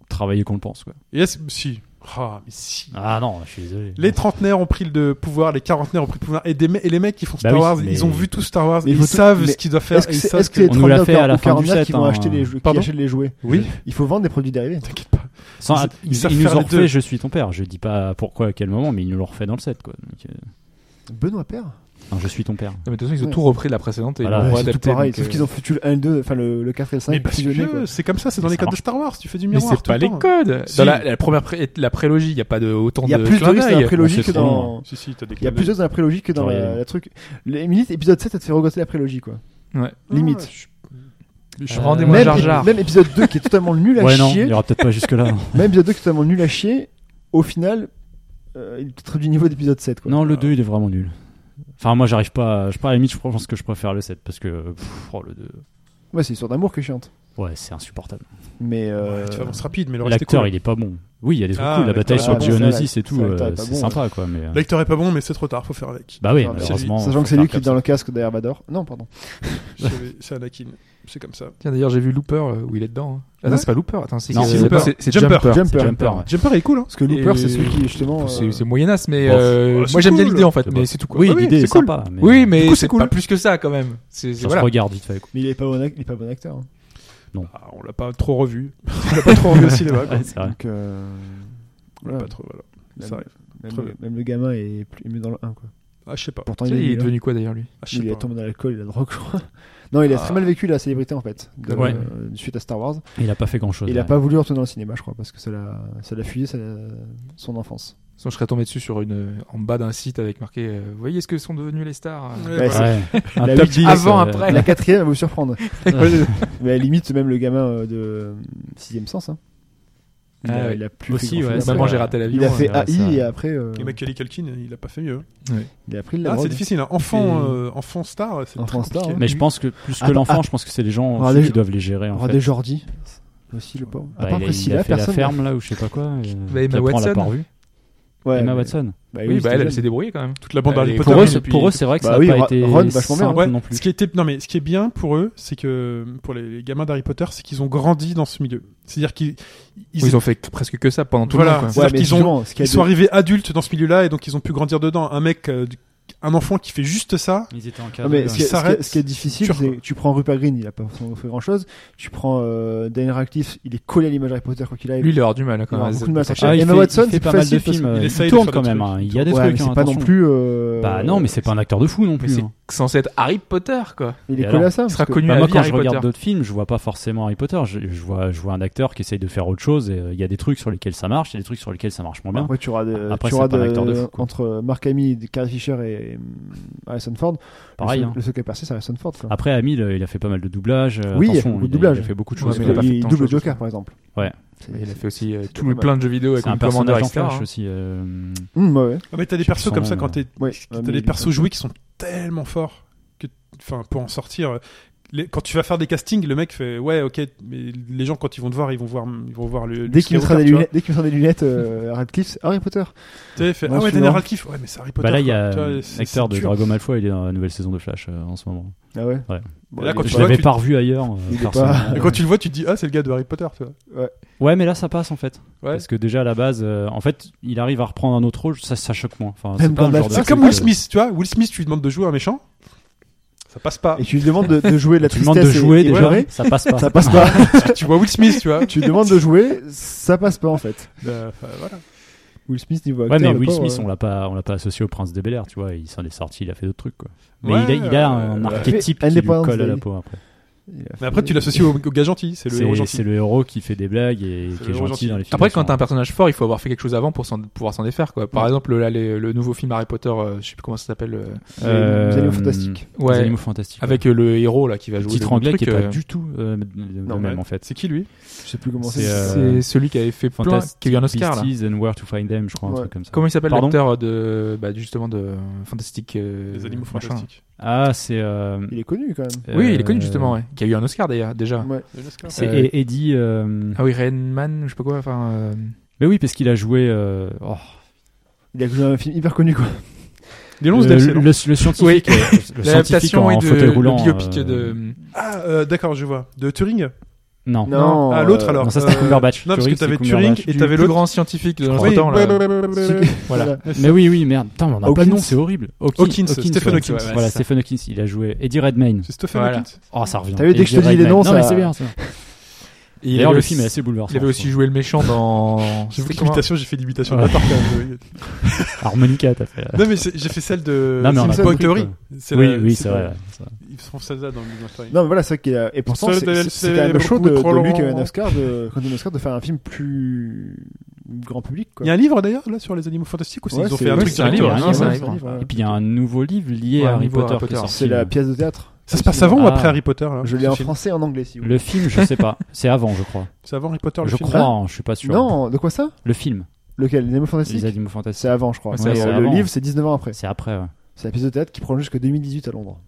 [SPEAKER 3] travaillé qu'on le pense, quoi.
[SPEAKER 1] Et est-ce- si. Ah, mais si.
[SPEAKER 3] Ah non, je suis désolé.
[SPEAKER 1] Les trentenaires ont pris le pouvoir, les quarantenaires ont pris le pouvoir, et, des me- et les mecs qui font
[SPEAKER 3] Bah
[SPEAKER 1] Star
[SPEAKER 3] oui,
[SPEAKER 1] Wars,
[SPEAKER 3] mais-
[SPEAKER 1] ils ont vu tout Star Wars,
[SPEAKER 2] Mais il
[SPEAKER 1] ils
[SPEAKER 2] faut tout-
[SPEAKER 1] savent
[SPEAKER 2] mais
[SPEAKER 1] ce qu'ils doivent faire.
[SPEAKER 2] Est-ce
[SPEAKER 1] et
[SPEAKER 2] que,
[SPEAKER 1] ils
[SPEAKER 2] c'est-
[SPEAKER 1] savent
[SPEAKER 2] est-ce que les
[SPEAKER 3] on nous l'a
[SPEAKER 2] 39
[SPEAKER 3] fait à la
[SPEAKER 2] ou
[SPEAKER 3] fin du
[SPEAKER 2] 49
[SPEAKER 3] set,
[SPEAKER 2] qui vont
[SPEAKER 3] hein.
[SPEAKER 2] acheter les jeux, qui
[SPEAKER 1] Pardon
[SPEAKER 2] achètent les jouets
[SPEAKER 1] Oui,
[SPEAKER 2] Il faut vendre des produits dérivés.
[SPEAKER 1] t'inquiète pas.
[SPEAKER 3] Sans-
[SPEAKER 1] ils- ils
[SPEAKER 3] ils,
[SPEAKER 1] savent
[SPEAKER 3] ils nous
[SPEAKER 1] faire
[SPEAKER 3] ont
[SPEAKER 1] les deux.
[SPEAKER 3] refait Je suis ton père. Je dis pas pourquoi, à quel moment, mais ils nous l'ont refait dans le set, quoi. Donc, euh,
[SPEAKER 2] Benoît Père
[SPEAKER 3] non, je suis ton père.
[SPEAKER 4] Non, mais de toute façon, ils ont
[SPEAKER 2] Ouais.
[SPEAKER 4] tout repris de la précédente et ils
[SPEAKER 3] Voilà, Ah,
[SPEAKER 4] l'ont
[SPEAKER 3] ouais,
[SPEAKER 2] C'est tout
[SPEAKER 4] adapté.
[SPEAKER 2] pareil, sauf qu'ils ont foutu le 1 et le 2, enfin le, le 4 et le 5
[SPEAKER 1] Mais parce
[SPEAKER 2] fusionnés,
[SPEAKER 1] que
[SPEAKER 2] quoi.
[SPEAKER 1] c'est comme ça, c'est dans
[SPEAKER 3] Mais
[SPEAKER 1] les
[SPEAKER 3] ça
[SPEAKER 1] codes de
[SPEAKER 3] marche.
[SPEAKER 1] Star Wars, tu fais du
[SPEAKER 4] Mais
[SPEAKER 1] miroir.
[SPEAKER 4] c'est
[SPEAKER 1] tout
[SPEAKER 4] pas
[SPEAKER 1] le
[SPEAKER 4] les
[SPEAKER 1] temps.
[SPEAKER 4] codes.
[SPEAKER 1] Si.
[SPEAKER 4] Dans la, la première pré- la prélogie, il n'y a pas de autant
[SPEAKER 2] Il y a
[SPEAKER 4] de
[SPEAKER 2] plus de
[SPEAKER 4] clin
[SPEAKER 2] trucs dans
[SPEAKER 4] d'œil.
[SPEAKER 2] la prélogie
[SPEAKER 3] on se
[SPEAKER 2] que dans.
[SPEAKER 1] Si, si, t'as des
[SPEAKER 2] Il y a
[SPEAKER 1] clins
[SPEAKER 2] plus de choses dans la prélogie que dans
[SPEAKER 3] Genre,
[SPEAKER 2] la,
[SPEAKER 3] il-
[SPEAKER 2] la truc. Les minutes, épisode 7, ça te fait regretter la prélogie, quoi.
[SPEAKER 4] Ouais.
[SPEAKER 1] d'œil.
[SPEAKER 2] limite.
[SPEAKER 1] Ah, je- je-
[SPEAKER 4] Euh, Rendez-moi
[SPEAKER 2] même,
[SPEAKER 4] Jar Jar.
[SPEAKER 2] même épisode 2 qui est totalement nul à
[SPEAKER 3] Ouais, non,
[SPEAKER 2] chier.
[SPEAKER 3] il y aura peut-être pas jusque-là.
[SPEAKER 2] Même épisode 2 qui est totalement nul à chier. Au final, euh, il est peut-être du niveau d'épisode 7, quoi.
[SPEAKER 3] Non, le 2, il est vraiment nul. Enfin, moi, j'arrive pas. à- Je, pas à la limite, je pense que je préfère le 7 parce que. pff, oh, le 2.
[SPEAKER 2] Ouais, c'est l'histoire d'amour qui est chiante.
[SPEAKER 3] Ouais, c'est insupportable.
[SPEAKER 2] Mais euh,
[SPEAKER 1] Ouais, tu avances rapide, mais le reste est
[SPEAKER 3] L'acteur,
[SPEAKER 1] cool.
[SPEAKER 3] il est pas bon. Oui, il y a des trucs
[SPEAKER 1] Ah,
[SPEAKER 3] cool, la bataille
[SPEAKER 1] l'acteur
[SPEAKER 3] sur
[SPEAKER 1] est pas bon,
[SPEAKER 3] Dionysus
[SPEAKER 2] c'est
[SPEAKER 3] et tout,
[SPEAKER 2] vrai. L'acteur
[SPEAKER 3] euh,
[SPEAKER 2] est pas
[SPEAKER 3] c'est
[SPEAKER 2] bon,
[SPEAKER 3] sympa quoi. Mais... euh,
[SPEAKER 1] L'acteur est pas bon, mais c'est trop tard, faut faire
[SPEAKER 3] [laughs]
[SPEAKER 1] avec.
[SPEAKER 3] Bah oui,
[SPEAKER 2] Enfin,
[SPEAKER 3] malheureusement.
[SPEAKER 2] sachant
[SPEAKER 3] faut
[SPEAKER 2] que c'est
[SPEAKER 3] faire
[SPEAKER 2] lui qui est
[SPEAKER 3] comme
[SPEAKER 2] dans
[SPEAKER 3] ça.
[SPEAKER 2] le casque derrière Bador. Non, pardon.
[SPEAKER 1] C'est c'est Anakin, c'est comme ça.
[SPEAKER 4] Tiens, d'ailleurs, j'ai vu Looper euh, où il est dedans. hein. Ah, non,
[SPEAKER 2] Ouais.
[SPEAKER 4] c'est pas Looper. Attends, c'est
[SPEAKER 3] Non,
[SPEAKER 4] c'est-
[SPEAKER 3] c'est
[SPEAKER 4] c'est-
[SPEAKER 1] Looper.
[SPEAKER 4] c'est- C'est
[SPEAKER 1] Jumper.
[SPEAKER 4] Jumper.
[SPEAKER 2] Jumper.
[SPEAKER 3] Jumper, ouais.
[SPEAKER 1] Jumper est cool, hein.
[SPEAKER 2] Parce que Looper,
[SPEAKER 4] Et-
[SPEAKER 2] c'est celui qui justement.
[SPEAKER 4] C'est
[SPEAKER 2] euh,
[SPEAKER 4] c'est moyennasse, mais
[SPEAKER 3] Bon,
[SPEAKER 4] euh,
[SPEAKER 1] c'est
[SPEAKER 4] moi j'aime bien
[SPEAKER 1] cool.
[SPEAKER 4] l'idée en fait,
[SPEAKER 3] C'est
[SPEAKER 4] mais
[SPEAKER 3] bon.
[SPEAKER 4] c'est tout quoi.
[SPEAKER 3] Oui,
[SPEAKER 4] Ah
[SPEAKER 3] l'idée est,
[SPEAKER 4] c'est cool.
[SPEAKER 3] sympa. Mais
[SPEAKER 4] Oui,
[SPEAKER 1] Du
[SPEAKER 4] mais
[SPEAKER 1] coup, c'est
[SPEAKER 4] c'est
[SPEAKER 1] cool.
[SPEAKER 4] pas plus que ça quand même. C'est c'est-
[SPEAKER 3] ça
[SPEAKER 4] voilà.
[SPEAKER 3] se regarde vite fait. quoi.
[SPEAKER 2] Mais il est pas bon, ac- il est pas bon acteur. hein.
[SPEAKER 1] Ah, on l'a pas trop revu. [laughs] on l'a pas trop revu au cinéma. quoi.
[SPEAKER 3] [laughs] Ah Ouais, c'est vrai.
[SPEAKER 2] Donc, euh,
[SPEAKER 1] On l'a
[SPEAKER 2] voilà.
[SPEAKER 1] pas trop, voilà.
[SPEAKER 2] Même-
[SPEAKER 1] Ça arrive.
[SPEAKER 2] même,
[SPEAKER 1] Très
[SPEAKER 2] le-
[SPEAKER 1] bien.
[SPEAKER 2] même le gamin est, plus, est mieux dans le 1. Quoi.
[SPEAKER 1] Ah, je sais pas.
[SPEAKER 2] Pourtant,
[SPEAKER 4] Tu
[SPEAKER 2] il,
[SPEAKER 4] sais, Il est
[SPEAKER 2] devenu.
[SPEAKER 4] devenu quoi d'ailleurs lui
[SPEAKER 1] Ah, je sais
[SPEAKER 2] Il est
[SPEAKER 1] pas.
[SPEAKER 2] tombé dans l'alcool et la drogue, je crois. [laughs] Non, il a très mal vécu la célébrité en fait, de-
[SPEAKER 3] Ouais.
[SPEAKER 2] euh, suite à Star Wars.
[SPEAKER 3] Il a pas fait grand chose.
[SPEAKER 2] il a pas voulu retourner dans le cinéma, je crois, parce que ça l'a, ça l'a fuyé ça l'a- son enfance.
[SPEAKER 4] Sinon, je serais tombé dessus sur une en bas d'un site avec marqué euh, Vous voyez ce que sont devenus les stars euh.
[SPEAKER 1] Ouais,
[SPEAKER 2] Bah,
[SPEAKER 1] voilà.
[SPEAKER 3] Ouais. Un
[SPEAKER 2] La
[SPEAKER 3] top
[SPEAKER 2] huitième.
[SPEAKER 3] 10,
[SPEAKER 4] Avant,
[SPEAKER 3] euh,
[SPEAKER 4] après.
[SPEAKER 2] La quatrième va vous surprendre.
[SPEAKER 3] [laughs] Ouais.
[SPEAKER 2] Mais à la limite, même le gamin euh, de 6ème sens. Hein. Il,
[SPEAKER 4] Ah
[SPEAKER 2] a,
[SPEAKER 4] ouais.
[SPEAKER 2] il a plus
[SPEAKER 3] Aussi,
[SPEAKER 2] fait grand-chose
[SPEAKER 3] ouais,
[SPEAKER 2] après.
[SPEAKER 4] Maman, j'ai raté hein. l'avion.
[SPEAKER 2] Il a fait
[SPEAKER 3] ouais, ouais, c'est
[SPEAKER 2] AI et
[SPEAKER 3] vrai.
[SPEAKER 2] après, euh,
[SPEAKER 1] Et Macaulay Culkin, il a pas fait mieux.
[SPEAKER 2] il a pris de la
[SPEAKER 1] Ah, c'est
[SPEAKER 2] drogue.
[SPEAKER 1] difficile. hein. Enfant,
[SPEAKER 4] Et-
[SPEAKER 1] euh, enfant star, c'est
[SPEAKER 2] Enfant
[SPEAKER 1] très
[SPEAKER 2] star,
[SPEAKER 1] compliqué.
[SPEAKER 2] ouais.
[SPEAKER 3] Mais je pense que plus que
[SPEAKER 2] Ah,
[SPEAKER 3] l'enfant,
[SPEAKER 2] ah,
[SPEAKER 3] je pense que c'est les gens
[SPEAKER 2] ah,
[SPEAKER 3] ceux
[SPEAKER 2] les-
[SPEAKER 3] qui doivent les gérer. En
[SPEAKER 2] On aura
[SPEAKER 3] fait.
[SPEAKER 2] des Jordi aussi, le pauvre. à
[SPEAKER 3] Bah,
[SPEAKER 2] part
[SPEAKER 3] il, a,
[SPEAKER 2] après, s'il
[SPEAKER 3] il a
[SPEAKER 2] a
[SPEAKER 3] fait la
[SPEAKER 2] personne.
[SPEAKER 3] ferme là ou je sais pas quoi. et-
[SPEAKER 4] Bah, Emma
[SPEAKER 3] puis après, on l'a
[SPEAKER 4] Watson.
[SPEAKER 3] pas revu.
[SPEAKER 2] Ouais,
[SPEAKER 3] Emma
[SPEAKER 2] mais-
[SPEAKER 3] Watson.
[SPEAKER 2] bah
[SPEAKER 4] Oui, bah
[SPEAKER 2] c'était
[SPEAKER 4] elle, elle
[SPEAKER 2] jeune.
[SPEAKER 4] s'est débrouillée quand même.
[SPEAKER 1] Toute la bande
[SPEAKER 4] Elle est
[SPEAKER 1] Harry Potter.
[SPEAKER 3] Pour eux,
[SPEAKER 4] Potter,
[SPEAKER 3] c'est-
[SPEAKER 4] depuis-
[SPEAKER 3] pour eux, c'est vrai que
[SPEAKER 2] Bah
[SPEAKER 3] ça a
[SPEAKER 2] oui,
[SPEAKER 3] pas
[SPEAKER 2] Ron-
[SPEAKER 3] été
[SPEAKER 2] Ron, vachement bien,
[SPEAKER 3] simple
[SPEAKER 1] ouais.
[SPEAKER 3] non plus.
[SPEAKER 1] Ce qui était non mais ce qui est bien pour eux, c'est que pour les, les gamins d'Harry Potter, c'est qu'ils ont grandi dans ce milieu. C'est-à-dire qu'ils ils,
[SPEAKER 4] Ils ont fait que- presque que ça pendant tout le
[SPEAKER 1] Voilà.
[SPEAKER 4] monde. quoi.
[SPEAKER 1] C'est-à-dire
[SPEAKER 2] mais
[SPEAKER 1] qu'ils ont-
[SPEAKER 2] justement, ce qu'il y a
[SPEAKER 1] ils sont
[SPEAKER 2] de-
[SPEAKER 1] arrivés adultes dans ce milieu-là et donc ils ont pu grandir dedans. Un mec, euh, du- un enfant qui fait juste ça,
[SPEAKER 3] Ils étaient
[SPEAKER 2] Non, mais ce qui, est,
[SPEAKER 1] Ils
[SPEAKER 2] ce qui est-
[SPEAKER 1] s'arrêtent
[SPEAKER 2] ce qui est difficile,
[SPEAKER 1] sur-
[SPEAKER 2] c'est que tu prends Rupert Green, il a pas forcément fait grand chose. Tu prends euh, Daniel Radcliffe, il est collé à l'image Harry Potter quoi qu'il arrive.
[SPEAKER 4] Lui, il a du mal hein, quand
[SPEAKER 2] il a
[SPEAKER 4] même.
[SPEAKER 2] beaucoup de mal à
[SPEAKER 4] C'est-
[SPEAKER 2] sortir. Emma Watson,
[SPEAKER 3] il fait
[SPEAKER 2] c'est
[SPEAKER 3] pas
[SPEAKER 2] plus
[SPEAKER 3] mal de
[SPEAKER 2] facile parce
[SPEAKER 3] films.
[SPEAKER 1] qu'il
[SPEAKER 3] euh,
[SPEAKER 1] essaye
[SPEAKER 3] Il
[SPEAKER 1] de
[SPEAKER 3] tourne
[SPEAKER 1] faire
[SPEAKER 3] quand
[SPEAKER 1] des
[SPEAKER 3] même.
[SPEAKER 1] trucs.
[SPEAKER 3] hein. Il y a des
[SPEAKER 2] Ouais, mais
[SPEAKER 3] trucs. hein,
[SPEAKER 2] c'est pas non
[SPEAKER 3] attention.
[SPEAKER 2] plus. euh,
[SPEAKER 3] Bah non, mais c'est pas un acteur de fou non plus.
[SPEAKER 4] c'est
[SPEAKER 3] hein.
[SPEAKER 4] censé être Harry Potter quoi.
[SPEAKER 2] Il
[SPEAKER 3] Et
[SPEAKER 2] est collé
[SPEAKER 3] alors
[SPEAKER 2] à ça.
[SPEAKER 4] Il
[SPEAKER 2] parce
[SPEAKER 4] sera
[SPEAKER 2] que-
[SPEAKER 4] connu
[SPEAKER 3] Bah,
[SPEAKER 4] à
[SPEAKER 3] moi,
[SPEAKER 4] la vie
[SPEAKER 3] quand je
[SPEAKER 4] Harry Potter.
[SPEAKER 3] regarde d'autres films, je vois pas forcément Harry Potter. Je, je vois, je vois un acteur qui essaye de faire autre chose. Et euh, il y a des trucs sur lesquels ça marche, il y a des trucs sur lesquels ça marche moins bien.
[SPEAKER 2] Après, tu auras, de,
[SPEAKER 3] hein. Après,
[SPEAKER 2] tu
[SPEAKER 3] c'est
[SPEAKER 2] auras
[SPEAKER 3] pas un
[SPEAKER 2] de-
[SPEAKER 3] acteur de fou, quoi.
[SPEAKER 2] entre Mark Hamill, Carrie Fisher et euh, Harrison Ford.
[SPEAKER 3] Pareil.
[SPEAKER 2] Le,
[SPEAKER 3] hein.
[SPEAKER 2] le secret percé, c'est Harrison Ford. Quoi.
[SPEAKER 3] Après, Hamill, euh, il a fait pas mal de doublages. euh,
[SPEAKER 2] Oui, il a fait
[SPEAKER 3] attention,
[SPEAKER 2] beaucoup de doublages.
[SPEAKER 3] Il a fait beaucoup de
[SPEAKER 4] Ouais,
[SPEAKER 3] choses.
[SPEAKER 4] mais
[SPEAKER 3] quoi.
[SPEAKER 4] a pas fait
[SPEAKER 2] il
[SPEAKER 4] tant de
[SPEAKER 2] double
[SPEAKER 4] choses,
[SPEAKER 2] Joker,
[SPEAKER 4] hein.
[SPEAKER 2] par exemple.
[SPEAKER 3] Ouais.
[SPEAKER 2] C'est-
[SPEAKER 4] Il a
[SPEAKER 2] c'est-
[SPEAKER 4] fait aussi euh,
[SPEAKER 2] c'est
[SPEAKER 4] tout le
[SPEAKER 2] pas mal.
[SPEAKER 4] plein de jeux vidéo avec hein.
[SPEAKER 3] C'est un
[SPEAKER 4] une commandeur
[SPEAKER 3] personnage en
[SPEAKER 4] extérieur.
[SPEAKER 3] flash aussi. euh,
[SPEAKER 2] Hum, ouais, ouais.
[SPEAKER 1] Ah, mais t'as des
[SPEAKER 3] Je sais
[SPEAKER 1] persos
[SPEAKER 3] plus
[SPEAKER 1] comme
[SPEAKER 3] son
[SPEAKER 1] ça
[SPEAKER 3] nom,
[SPEAKER 1] quand t'es
[SPEAKER 2] Ouais, Euh,
[SPEAKER 1] t'as
[SPEAKER 2] mais-
[SPEAKER 1] des persos joués qui sont tellement forts que enfin pour en sortir. les- quand tu vas faire des castings, le mec fait ouais ok, mais les gens quand ils vont te voir, ils vont voir, ils vont voir le.
[SPEAKER 2] Dès qu'il
[SPEAKER 1] Luke
[SPEAKER 2] mettra des
[SPEAKER 1] Skywalker, tu vois.
[SPEAKER 2] lunettes, dès qu'il mettra des lunettes, euh, Radcliffe, c'est Harry Potter.
[SPEAKER 1] Tu sais, il fait,
[SPEAKER 2] Moi,
[SPEAKER 1] ah ouais,
[SPEAKER 2] je suis
[SPEAKER 1] Daniel
[SPEAKER 2] mort.
[SPEAKER 1] Radcliffe, ouais mais c'est Harry Potter.
[SPEAKER 3] Bah là, il y
[SPEAKER 1] quoi.
[SPEAKER 3] a
[SPEAKER 1] Tu vois,
[SPEAKER 3] euh,
[SPEAKER 1] c'est-
[SPEAKER 3] l'acteur
[SPEAKER 1] c'est
[SPEAKER 3] de
[SPEAKER 1] dur.
[SPEAKER 3] Drago Malfoy, il est dans la nouvelle saison de Flash euh, en ce moment.
[SPEAKER 2] Ah ouais.
[SPEAKER 3] Ouais.
[SPEAKER 2] Bon,
[SPEAKER 1] Et là,
[SPEAKER 2] il
[SPEAKER 1] quand
[SPEAKER 2] est
[SPEAKER 1] tu
[SPEAKER 3] Je
[SPEAKER 2] pas-
[SPEAKER 1] vois,
[SPEAKER 3] l'avais pas revu ailleurs. euh,
[SPEAKER 2] Il est pas-
[SPEAKER 3] personnellement.
[SPEAKER 1] Et quand tu le vois, tu te dis ah c'est le gars de Harry Potter. Tu vois.
[SPEAKER 3] [laughs] Ouais, mais là ça passe en fait.
[SPEAKER 1] Ouais.
[SPEAKER 3] Parce que déjà à la base, euh, en fait, il arrive à reprendre un autre rôle, ça, ça choque moins. Enfin,
[SPEAKER 2] Même
[SPEAKER 3] c'est pas
[SPEAKER 2] dans
[SPEAKER 3] un
[SPEAKER 2] Mad
[SPEAKER 3] genre
[SPEAKER 2] Max.
[SPEAKER 3] de
[SPEAKER 1] C'est
[SPEAKER 3] truc,
[SPEAKER 1] comme Will
[SPEAKER 3] euh,
[SPEAKER 1] Smith, tu vois. Will Smith, tu lui demandes de jouer un méchant, ça passe pas.
[SPEAKER 2] Et tu lui demandes de, de jouer la
[SPEAKER 3] Tu demandes
[SPEAKER 2] tristesse
[SPEAKER 3] de jouer
[SPEAKER 2] et- et
[SPEAKER 3] déjà,
[SPEAKER 2] pleurer,
[SPEAKER 3] ça passe
[SPEAKER 2] [laughs]
[SPEAKER 3] pas.
[SPEAKER 2] ça passe pas.
[SPEAKER 1] [laughs] tu vois Will Smith, tu vois.
[SPEAKER 2] tu lui demandes de jouer, ça passe pas en fait.
[SPEAKER 1] Euh, enfin, voilà.
[SPEAKER 2] Will Smith niveau
[SPEAKER 3] Ouais,
[SPEAKER 2] acteur.
[SPEAKER 3] mais
[SPEAKER 2] le
[SPEAKER 3] Will
[SPEAKER 2] pauvre,
[SPEAKER 3] Smith,
[SPEAKER 2] euh,
[SPEAKER 3] on l'a pas, on l'a pas associé au Prince de Bel Air, tu vois. Il s'en est sorti, il a fait d'autres trucs, quoi. Mais
[SPEAKER 1] Ouais,
[SPEAKER 3] il, a, il a un
[SPEAKER 1] euh,
[SPEAKER 3] archétype
[SPEAKER 2] fait
[SPEAKER 3] qui lui
[SPEAKER 2] Independence
[SPEAKER 3] colle à la
[SPEAKER 2] Day.
[SPEAKER 3] peau après.
[SPEAKER 2] il a
[SPEAKER 1] Mais après,
[SPEAKER 2] fait-
[SPEAKER 1] tu l'associes au, au gars gentil, c'est le héros
[SPEAKER 3] C'est
[SPEAKER 1] gentil.
[SPEAKER 3] c'est le héros qui fait des blagues et
[SPEAKER 1] C'est
[SPEAKER 3] qui
[SPEAKER 1] le
[SPEAKER 3] est
[SPEAKER 1] héros
[SPEAKER 3] gentil
[SPEAKER 1] gentil.
[SPEAKER 3] dans les films.
[SPEAKER 4] Après, quand
[SPEAKER 3] d'action.
[SPEAKER 4] t'as un personnage fort, il faut avoir fait quelque chose avant pour s'en- pouvoir s'en défaire quoi. Par exemple, là, les- le nouveau film Harry Potter, euh, je sais plus comment ça s'appelle. euh,
[SPEAKER 2] Les
[SPEAKER 3] Euh,
[SPEAKER 2] animaux fantastiques.
[SPEAKER 3] Les
[SPEAKER 4] ouais,
[SPEAKER 3] animaux fantastiques. ouais.
[SPEAKER 4] avec euh, le héros là qui va
[SPEAKER 3] le
[SPEAKER 4] jouer.
[SPEAKER 3] titre
[SPEAKER 4] le
[SPEAKER 3] anglais
[SPEAKER 4] truc,
[SPEAKER 3] qui est pas
[SPEAKER 4] euh,
[SPEAKER 3] du tout euh, le
[SPEAKER 2] Non,
[SPEAKER 3] même
[SPEAKER 1] ouais.
[SPEAKER 3] en fait.
[SPEAKER 1] C'est qui lui
[SPEAKER 2] Je sais plus comment
[SPEAKER 3] C'est,
[SPEAKER 2] c'est.
[SPEAKER 3] euh,
[SPEAKER 4] C'est celui qui avait fait plein,
[SPEAKER 3] Fantastic
[SPEAKER 4] qui a eu un Oscar là.
[SPEAKER 3] Beasts and Where to Find Them, je crois, un
[SPEAKER 2] Ouais.
[SPEAKER 3] truc comme ça.
[SPEAKER 4] Comment il s'appelle
[SPEAKER 3] Pardon
[SPEAKER 4] l'acteur de bah, justement de Fantastique euh,
[SPEAKER 1] Les animaux
[SPEAKER 4] machin.
[SPEAKER 1] fantastiques.
[SPEAKER 3] Ah, c'est. euh,
[SPEAKER 2] Il est connu quand même.
[SPEAKER 4] Oui, il est
[SPEAKER 3] euh,
[SPEAKER 4] connu justement, ouais. qui a eu un Oscar d'ailleurs déjà.
[SPEAKER 2] Ouais.
[SPEAKER 3] C'est
[SPEAKER 4] Euh,
[SPEAKER 3] Eddie. euh,
[SPEAKER 4] Ah oui, Rainman, je sais pas quoi. Enfin, euh,
[SPEAKER 3] Mais oui, parce qu'il a joué. euh, oh,
[SPEAKER 2] Il a joué dans un film hyper connu quoi.
[SPEAKER 1] Des
[SPEAKER 3] le,
[SPEAKER 1] longs
[SPEAKER 3] le,
[SPEAKER 1] d'excellents.
[SPEAKER 3] le scientifique. euh,
[SPEAKER 4] Oui.
[SPEAKER 3] le scientifique en,
[SPEAKER 4] l'adaptation est de
[SPEAKER 3] fauteuil roulant.
[SPEAKER 4] le biopic
[SPEAKER 3] euh,
[SPEAKER 4] de.
[SPEAKER 1] Ah, euh, d'accord, je vois. De Turing
[SPEAKER 3] Non.
[SPEAKER 2] Non.
[SPEAKER 1] Ah, l'autre alors.
[SPEAKER 3] Non, ça, c'était
[SPEAKER 1] Euh,
[SPEAKER 3] Cumberbatch.
[SPEAKER 1] Non, parce que
[SPEAKER 3] Turing, c'est
[SPEAKER 1] t'avais
[SPEAKER 3] Cumberbatch.
[SPEAKER 1] Turing et
[SPEAKER 4] Et
[SPEAKER 1] t'avais
[SPEAKER 4] t'avais le
[SPEAKER 1] l'autre.
[SPEAKER 4] grand scientifique de notre
[SPEAKER 1] Oui,
[SPEAKER 4] temps là.
[SPEAKER 1] blablabla.
[SPEAKER 2] [laughs]
[SPEAKER 4] Voilà.
[SPEAKER 3] Mais oui, oui, merde. Putain, on n'a pas
[SPEAKER 2] Hawkins.
[SPEAKER 3] le nom, c'est horrible. Hawkins.
[SPEAKER 1] Hawkins, Stephen
[SPEAKER 3] ouais.
[SPEAKER 1] Hawkins.
[SPEAKER 4] Ouais, ouais,
[SPEAKER 3] Voilà,
[SPEAKER 4] c'est ça.
[SPEAKER 3] Stephen Hawkins, il a joué Eddie Redmayne.
[SPEAKER 1] C'est Stephen
[SPEAKER 4] Voilà.
[SPEAKER 1] Hawkins.
[SPEAKER 3] Oh, ça revient.
[SPEAKER 2] T'as vu, dès que
[SPEAKER 3] Eddie
[SPEAKER 2] je te dis les
[SPEAKER 3] Redmayne.
[SPEAKER 2] noms,
[SPEAKER 3] Non, mais
[SPEAKER 2] ça-
[SPEAKER 3] c'est bien ça.
[SPEAKER 4] Et
[SPEAKER 3] D'ailleurs,
[SPEAKER 4] avait
[SPEAKER 3] le film est
[SPEAKER 4] aussi-
[SPEAKER 3] assez bouleversant.
[SPEAKER 4] Il avait aussi joué le méchant
[SPEAKER 1] [laughs]
[SPEAKER 4] dans.
[SPEAKER 1] J'ai vu
[SPEAKER 4] C'était comment
[SPEAKER 1] l'imitation, j'ai fait l'imitation de
[SPEAKER 3] Ouais.
[SPEAKER 1] la part quand même.
[SPEAKER 3] Harmonica, t'as fait. euh,
[SPEAKER 1] Non, mais c'est- j'ai fait celle
[SPEAKER 4] Euh,
[SPEAKER 1] de
[SPEAKER 3] Non, mais on a
[SPEAKER 1] Simpson
[SPEAKER 3] compris,
[SPEAKER 1] Theory.
[SPEAKER 3] quoi.
[SPEAKER 1] C'est
[SPEAKER 3] Oui,
[SPEAKER 1] la-
[SPEAKER 3] oui, c'est vrai.
[SPEAKER 1] Ils font ça dans le Big Bang Theory.
[SPEAKER 2] Non mais voilà c'est ça qu'il a. Et pourtant
[SPEAKER 1] Ça,
[SPEAKER 2] c'est
[SPEAKER 1] elle,
[SPEAKER 2] c'est-
[SPEAKER 1] c'est
[SPEAKER 2] c'est quand même
[SPEAKER 1] beaucoup
[SPEAKER 2] chaud de,
[SPEAKER 1] trop
[SPEAKER 2] de lui
[SPEAKER 1] long.
[SPEAKER 2] qui a eu un Oscar de quand il a eu un Oscar de faire un film plus grand public quoi.
[SPEAKER 1] Il y a un livre d'ailleurs là sur les animaux fantastiques ou c'est-
[SPEAKER 2] Ouais,
[SPEAKER 1] ils ont
[SPEAKER 2] c'est-
[SPEAKER 1] fait un
[SPEAKER 2] ouais,
[SPEAKER 1] truc
[SPEAKER 4] c'est un
[SPEAKER 1] directement
[SPEAKER 4] livre,
[SPEAKER 1] hein,
[SPEAKER 4] c'est un
[SPEAKER 1] ouais.
[SPEAKER 4] livre.
[SPEAKER 2] ouais.
[SPEAKER 3] Et puis il y a un nouveau livre lié
[SPEAKER 4] Ouais,
[SPEAKER 3] à Harry
[SPEAKER 4] niveau Harry
[SPEAKER 3] Potter qui est
[SPEAKER 4] Potter.
[SPEAKER 3] sorti.
[SPEAKER 2] C'est
[SPEAKER 3] euh,
[SPEAKER 2] la pièce de théâtre.
[SPEAKER 1] Ça se passe avant ou après Harry Potter là
[SPEAKER 2] Je l'ai
[SPEAKER 1] ce
[SPEAKER 2] en
[SPEAKER 1] film
[SPEAKER 2] français et en anglais si vous voulez.
[SPEAKER 3] Le film, je sais [laughs] pas. C'est avant, je crois.
[SPEAKER 1] C'est avant Harry Potter le
[SPEAKER 3] Je
[SPEAKER 1] film
[SPEAKER 3] crois, hein, je suis pas sûr.
[SPEAKER 2] Non, de quoi ça
[SPEAKER 3] Le film,
[SPEAKER 2] Lequel Les animaux
[SPEAKER 3] Les
[SPEAKER 2] fantastiques
[SPEAKER 3] Animaux Fantastiques.
[SPEAKER 2] C'est avant je crois.
[SPEAKER 4] Ouais,
[SPEAKER 2] Mais,
[SPEAKER 4] c'est
[SPEAKER 2] euh,
[SPEAKER 3] avant.
[SPEAKER 2] le livre c'est 19 ans après.
[SPEAKER 3] C'est après, ouais.
[SPEAKER 2] C'est la pièce de théâtre qui prend jusqu'à 2018 à Londres.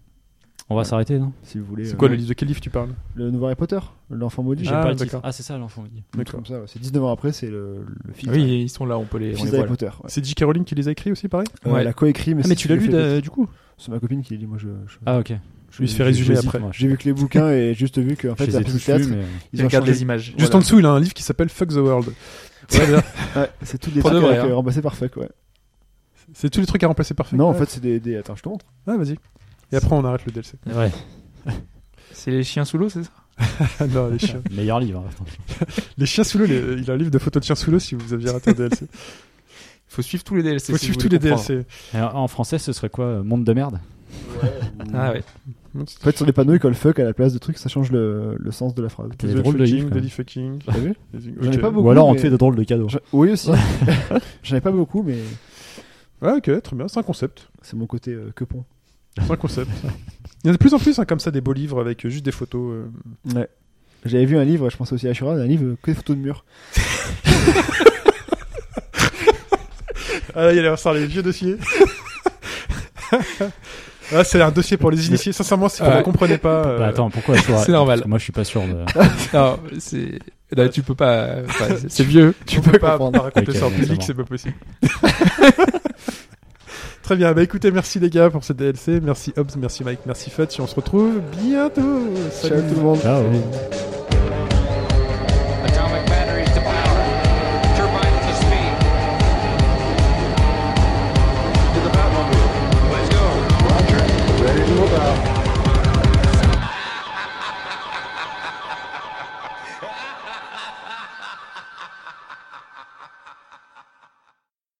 [SPEAKER 3] On va s'arrêter, non
[SPEAKER 2] si vous voulez.
[SPEAKER 1] C'est
[SPEAKER 2] euh,
[SPEAKER 1] quoi le livre de quel livre tu parles
[SPEAKER 2] le nouveau Harry Potter L'enfant maudit
[SPEAKER 3] J'ai
[SPEAKER 1] Ah,
[SPEAKER 3] pas le titre.
[SPEAKER 1] d'accord.
[SPEAKER 3] Ah, c'est ça l'enfant. maudit.
[SPEAKER 2] un truc
[SPEAKER 1] d'accord.
[SPEAKER 2] comme ça, ouais. C'est 19 ans après, c'est le, le fils,
[SPEAKER 4] Ah Oui, ils sont là, on peut les,
[SPEAKER 2] le
[SPEAKER 4] on
[SPEAKER 2] fils
[SPEAKER 4] les
[SPEAKER 2] d'Harry
[SPEAKER 4] voit, là.
[SPEAKER 2] Potter. ouais.
[SPEAKER 1] C'est J. Rowling qui les a écrits aussi, pareil
[SPEAKER 2] Ouais,
[SPEAKER 4] Ouais.
[SPEAKER 2] Elle a coécrit, mais
[SPEAKER 1] Ah,
[SPEAKER 2] c'est
[SPEAKER 1] mais
[SPEAKER 2] ce
[SPEAKER 1] tu
[SPEAKER 2] qui
[SPEAKER 1] l'as
[SPEAKER 2] lui
[SPEAKER 1] lu
[SPEAKER 2] fait le-
[SPEAKER 1] euh, du coup
[SPEAKER 2] C'est ma copine qui l'a dit, moi je. je-
[SPEAKER 3] Ah, ok.
[SPEAKER 1] Je lui fais résumer
[SPEAKER 3] J'hésite,
[SPEAKER 1] après.
[SPEAKER 3] moi. Je
[SPEAKER 2] J'ai vu que les bouquins et juste vu que en fait
[SPEAKER 3] je les
[SPEAKER 2] la
[SPEAKER 3] ai
[SPEAKER 2] pièce
[SPEAKER 3] tous
[SPEAKER 2] de théâtre,
[SPEAKER 3] lus, mais.
[SPEAKER 4] Ils
[SPEAKER 2] ils ont
[SPEAKER 4] regardent
[SPEAKER 2] changé.
[SPEAKER 4] les images.
[SPEAKER 1] Juste en dessous, il a un livre qui s'appelle Fuck the World.
[SPEAKER 2] [laughs] Ouais, c'est tous les
[SPEAKER 4] Pour
[SPEAKER 2] trucs
[SPEAKER 4] de vrai,
[SPEAKER 2] avec,
[SPEAKER 4] hein.
[SPEAKER 2] euh, remplacés par fuck, ouais.
[SPEAKER 1] C'est tous les trucs à remplacer par
[SPEAKER 2] Non, en fait, c'est des, des- Attends, je te montre.
[SPEAKER 1] Ah, vas-y. Et après, on arrête le DLC.
[SPEAKER 3] Ouais,
[SPEAKER 4] C'est les chiens sous l'eau, c'est ça
[SPEAKER 1] Ah non, les chiens.
[SPEAKER 3] meilleur livre. hein, attends.
[SPEAKER 1] les chiens sous l'eau, les- il a un livre de photos de chiens sous l'eau si vous aviez raté un DLC.
[SPEAKER 4] Il faut suivre tous les DLC.
[SPEAKER 1] Faut
[SPEAKER 4] si
[SPEAKER 1] suivre
[SPEAKER 4] vous
[SPEAKER 1] tous
[SPEAKER 4] voulez
[SPEAKER 1] les
[SPEAKER 4] comprendre.
[SPEAKER 1] DLC.
[SPEAKER 3] Et en en français, ce serait quoi euh, Monde de merde
[SPEAKER 4] Ah ouais.
[SPEAKER 2] En fait, sur les panneaux, ils collent fuck à la place de trucs, ça change le, le sens de la phrase.
[SPEAKER 3] T'as des drôles de livres,
[SPEAKER 1] fucking,
[SPEAKER 3] quoi.
[SPEAKER 1] Daddy fucking.
[SPEAKER 2] T'as vu J'en ai
[SPEAKER 1] Ok.
[SPEAKER 2] pas beaucoup.
[SPEAKER 3] Ou alors on te
[SPEAKER 2] mais-
[SPEAKER 3] fait des drôles de cadeaux.
[SPEAKER 2] Je- Oui aussi. [laughs] J'en ai pas beaucoup, mais
[SPEAKER 1] Ouais, Ah, ok, très bien. C'est un concept.
[SPEAKER 2] c'est mon côté euh, que pont.
[SPEAKER 1] C'est un concept. Il y en a de plus en plus hein, comme ça des beaux livres avec euh, juste des photos. euh.
[SPEAKER 2] Ouais. J'avais vu un livre, je pense aussi à Shura, un livre euh, que des photos de murs.
[SPEAKER 1] Ah là, il y a les vieux dossiers. [laughs] ah, c'est un dossier pour les initiés. Sincèrement, si vous
[SPEAKER 4] Ouais.
[SPEAKER 1] ne comprenez pas. euh,
[SPEAKER 3] Bah, attends, pourquoi je
[SPEAKER 4] C'est normal.
[SPEAKER 3] Parce que Moi, je suis pas sûr de.
[SPEAKER 4] Non, c'est. non, tu peux pas.
[SPEAKER 3] [laughs]
[SPEAKER 4] enfin, c'est- c'est vieux.
[SPEAKER 1] tu
[SPEAKER 2] on
[SPEAKER 1] peux
[SPEAKER 2] peut
[SPEAKER 1] pas,
[SPEAKER 2] comprendre.
[SPEAKER 1] pas raconter
[SPEAKER 3] Ok,
[SPEAKER 1] ça en
[SPEAKER 3] bon,
[SPEAKER 1] public,
[SPEAKER 3] c'est
[SPEAKER 1] c'est pas possible. Très bien. Bah écoutez, merci les gars pour ce DLC. Merci Hobbs, merci Mike, merci Fatih. On se retrouve bientôt. Salut
[SPEAKER 2] Ciao
[SPEAKER 1] tout le
[SPEAKER 2] tout
[SPEAKER 3] Ah,
[SPEAKER 1] monde.
[SPEAKER 2] le monde.
[SPEAKER 3] Ciao.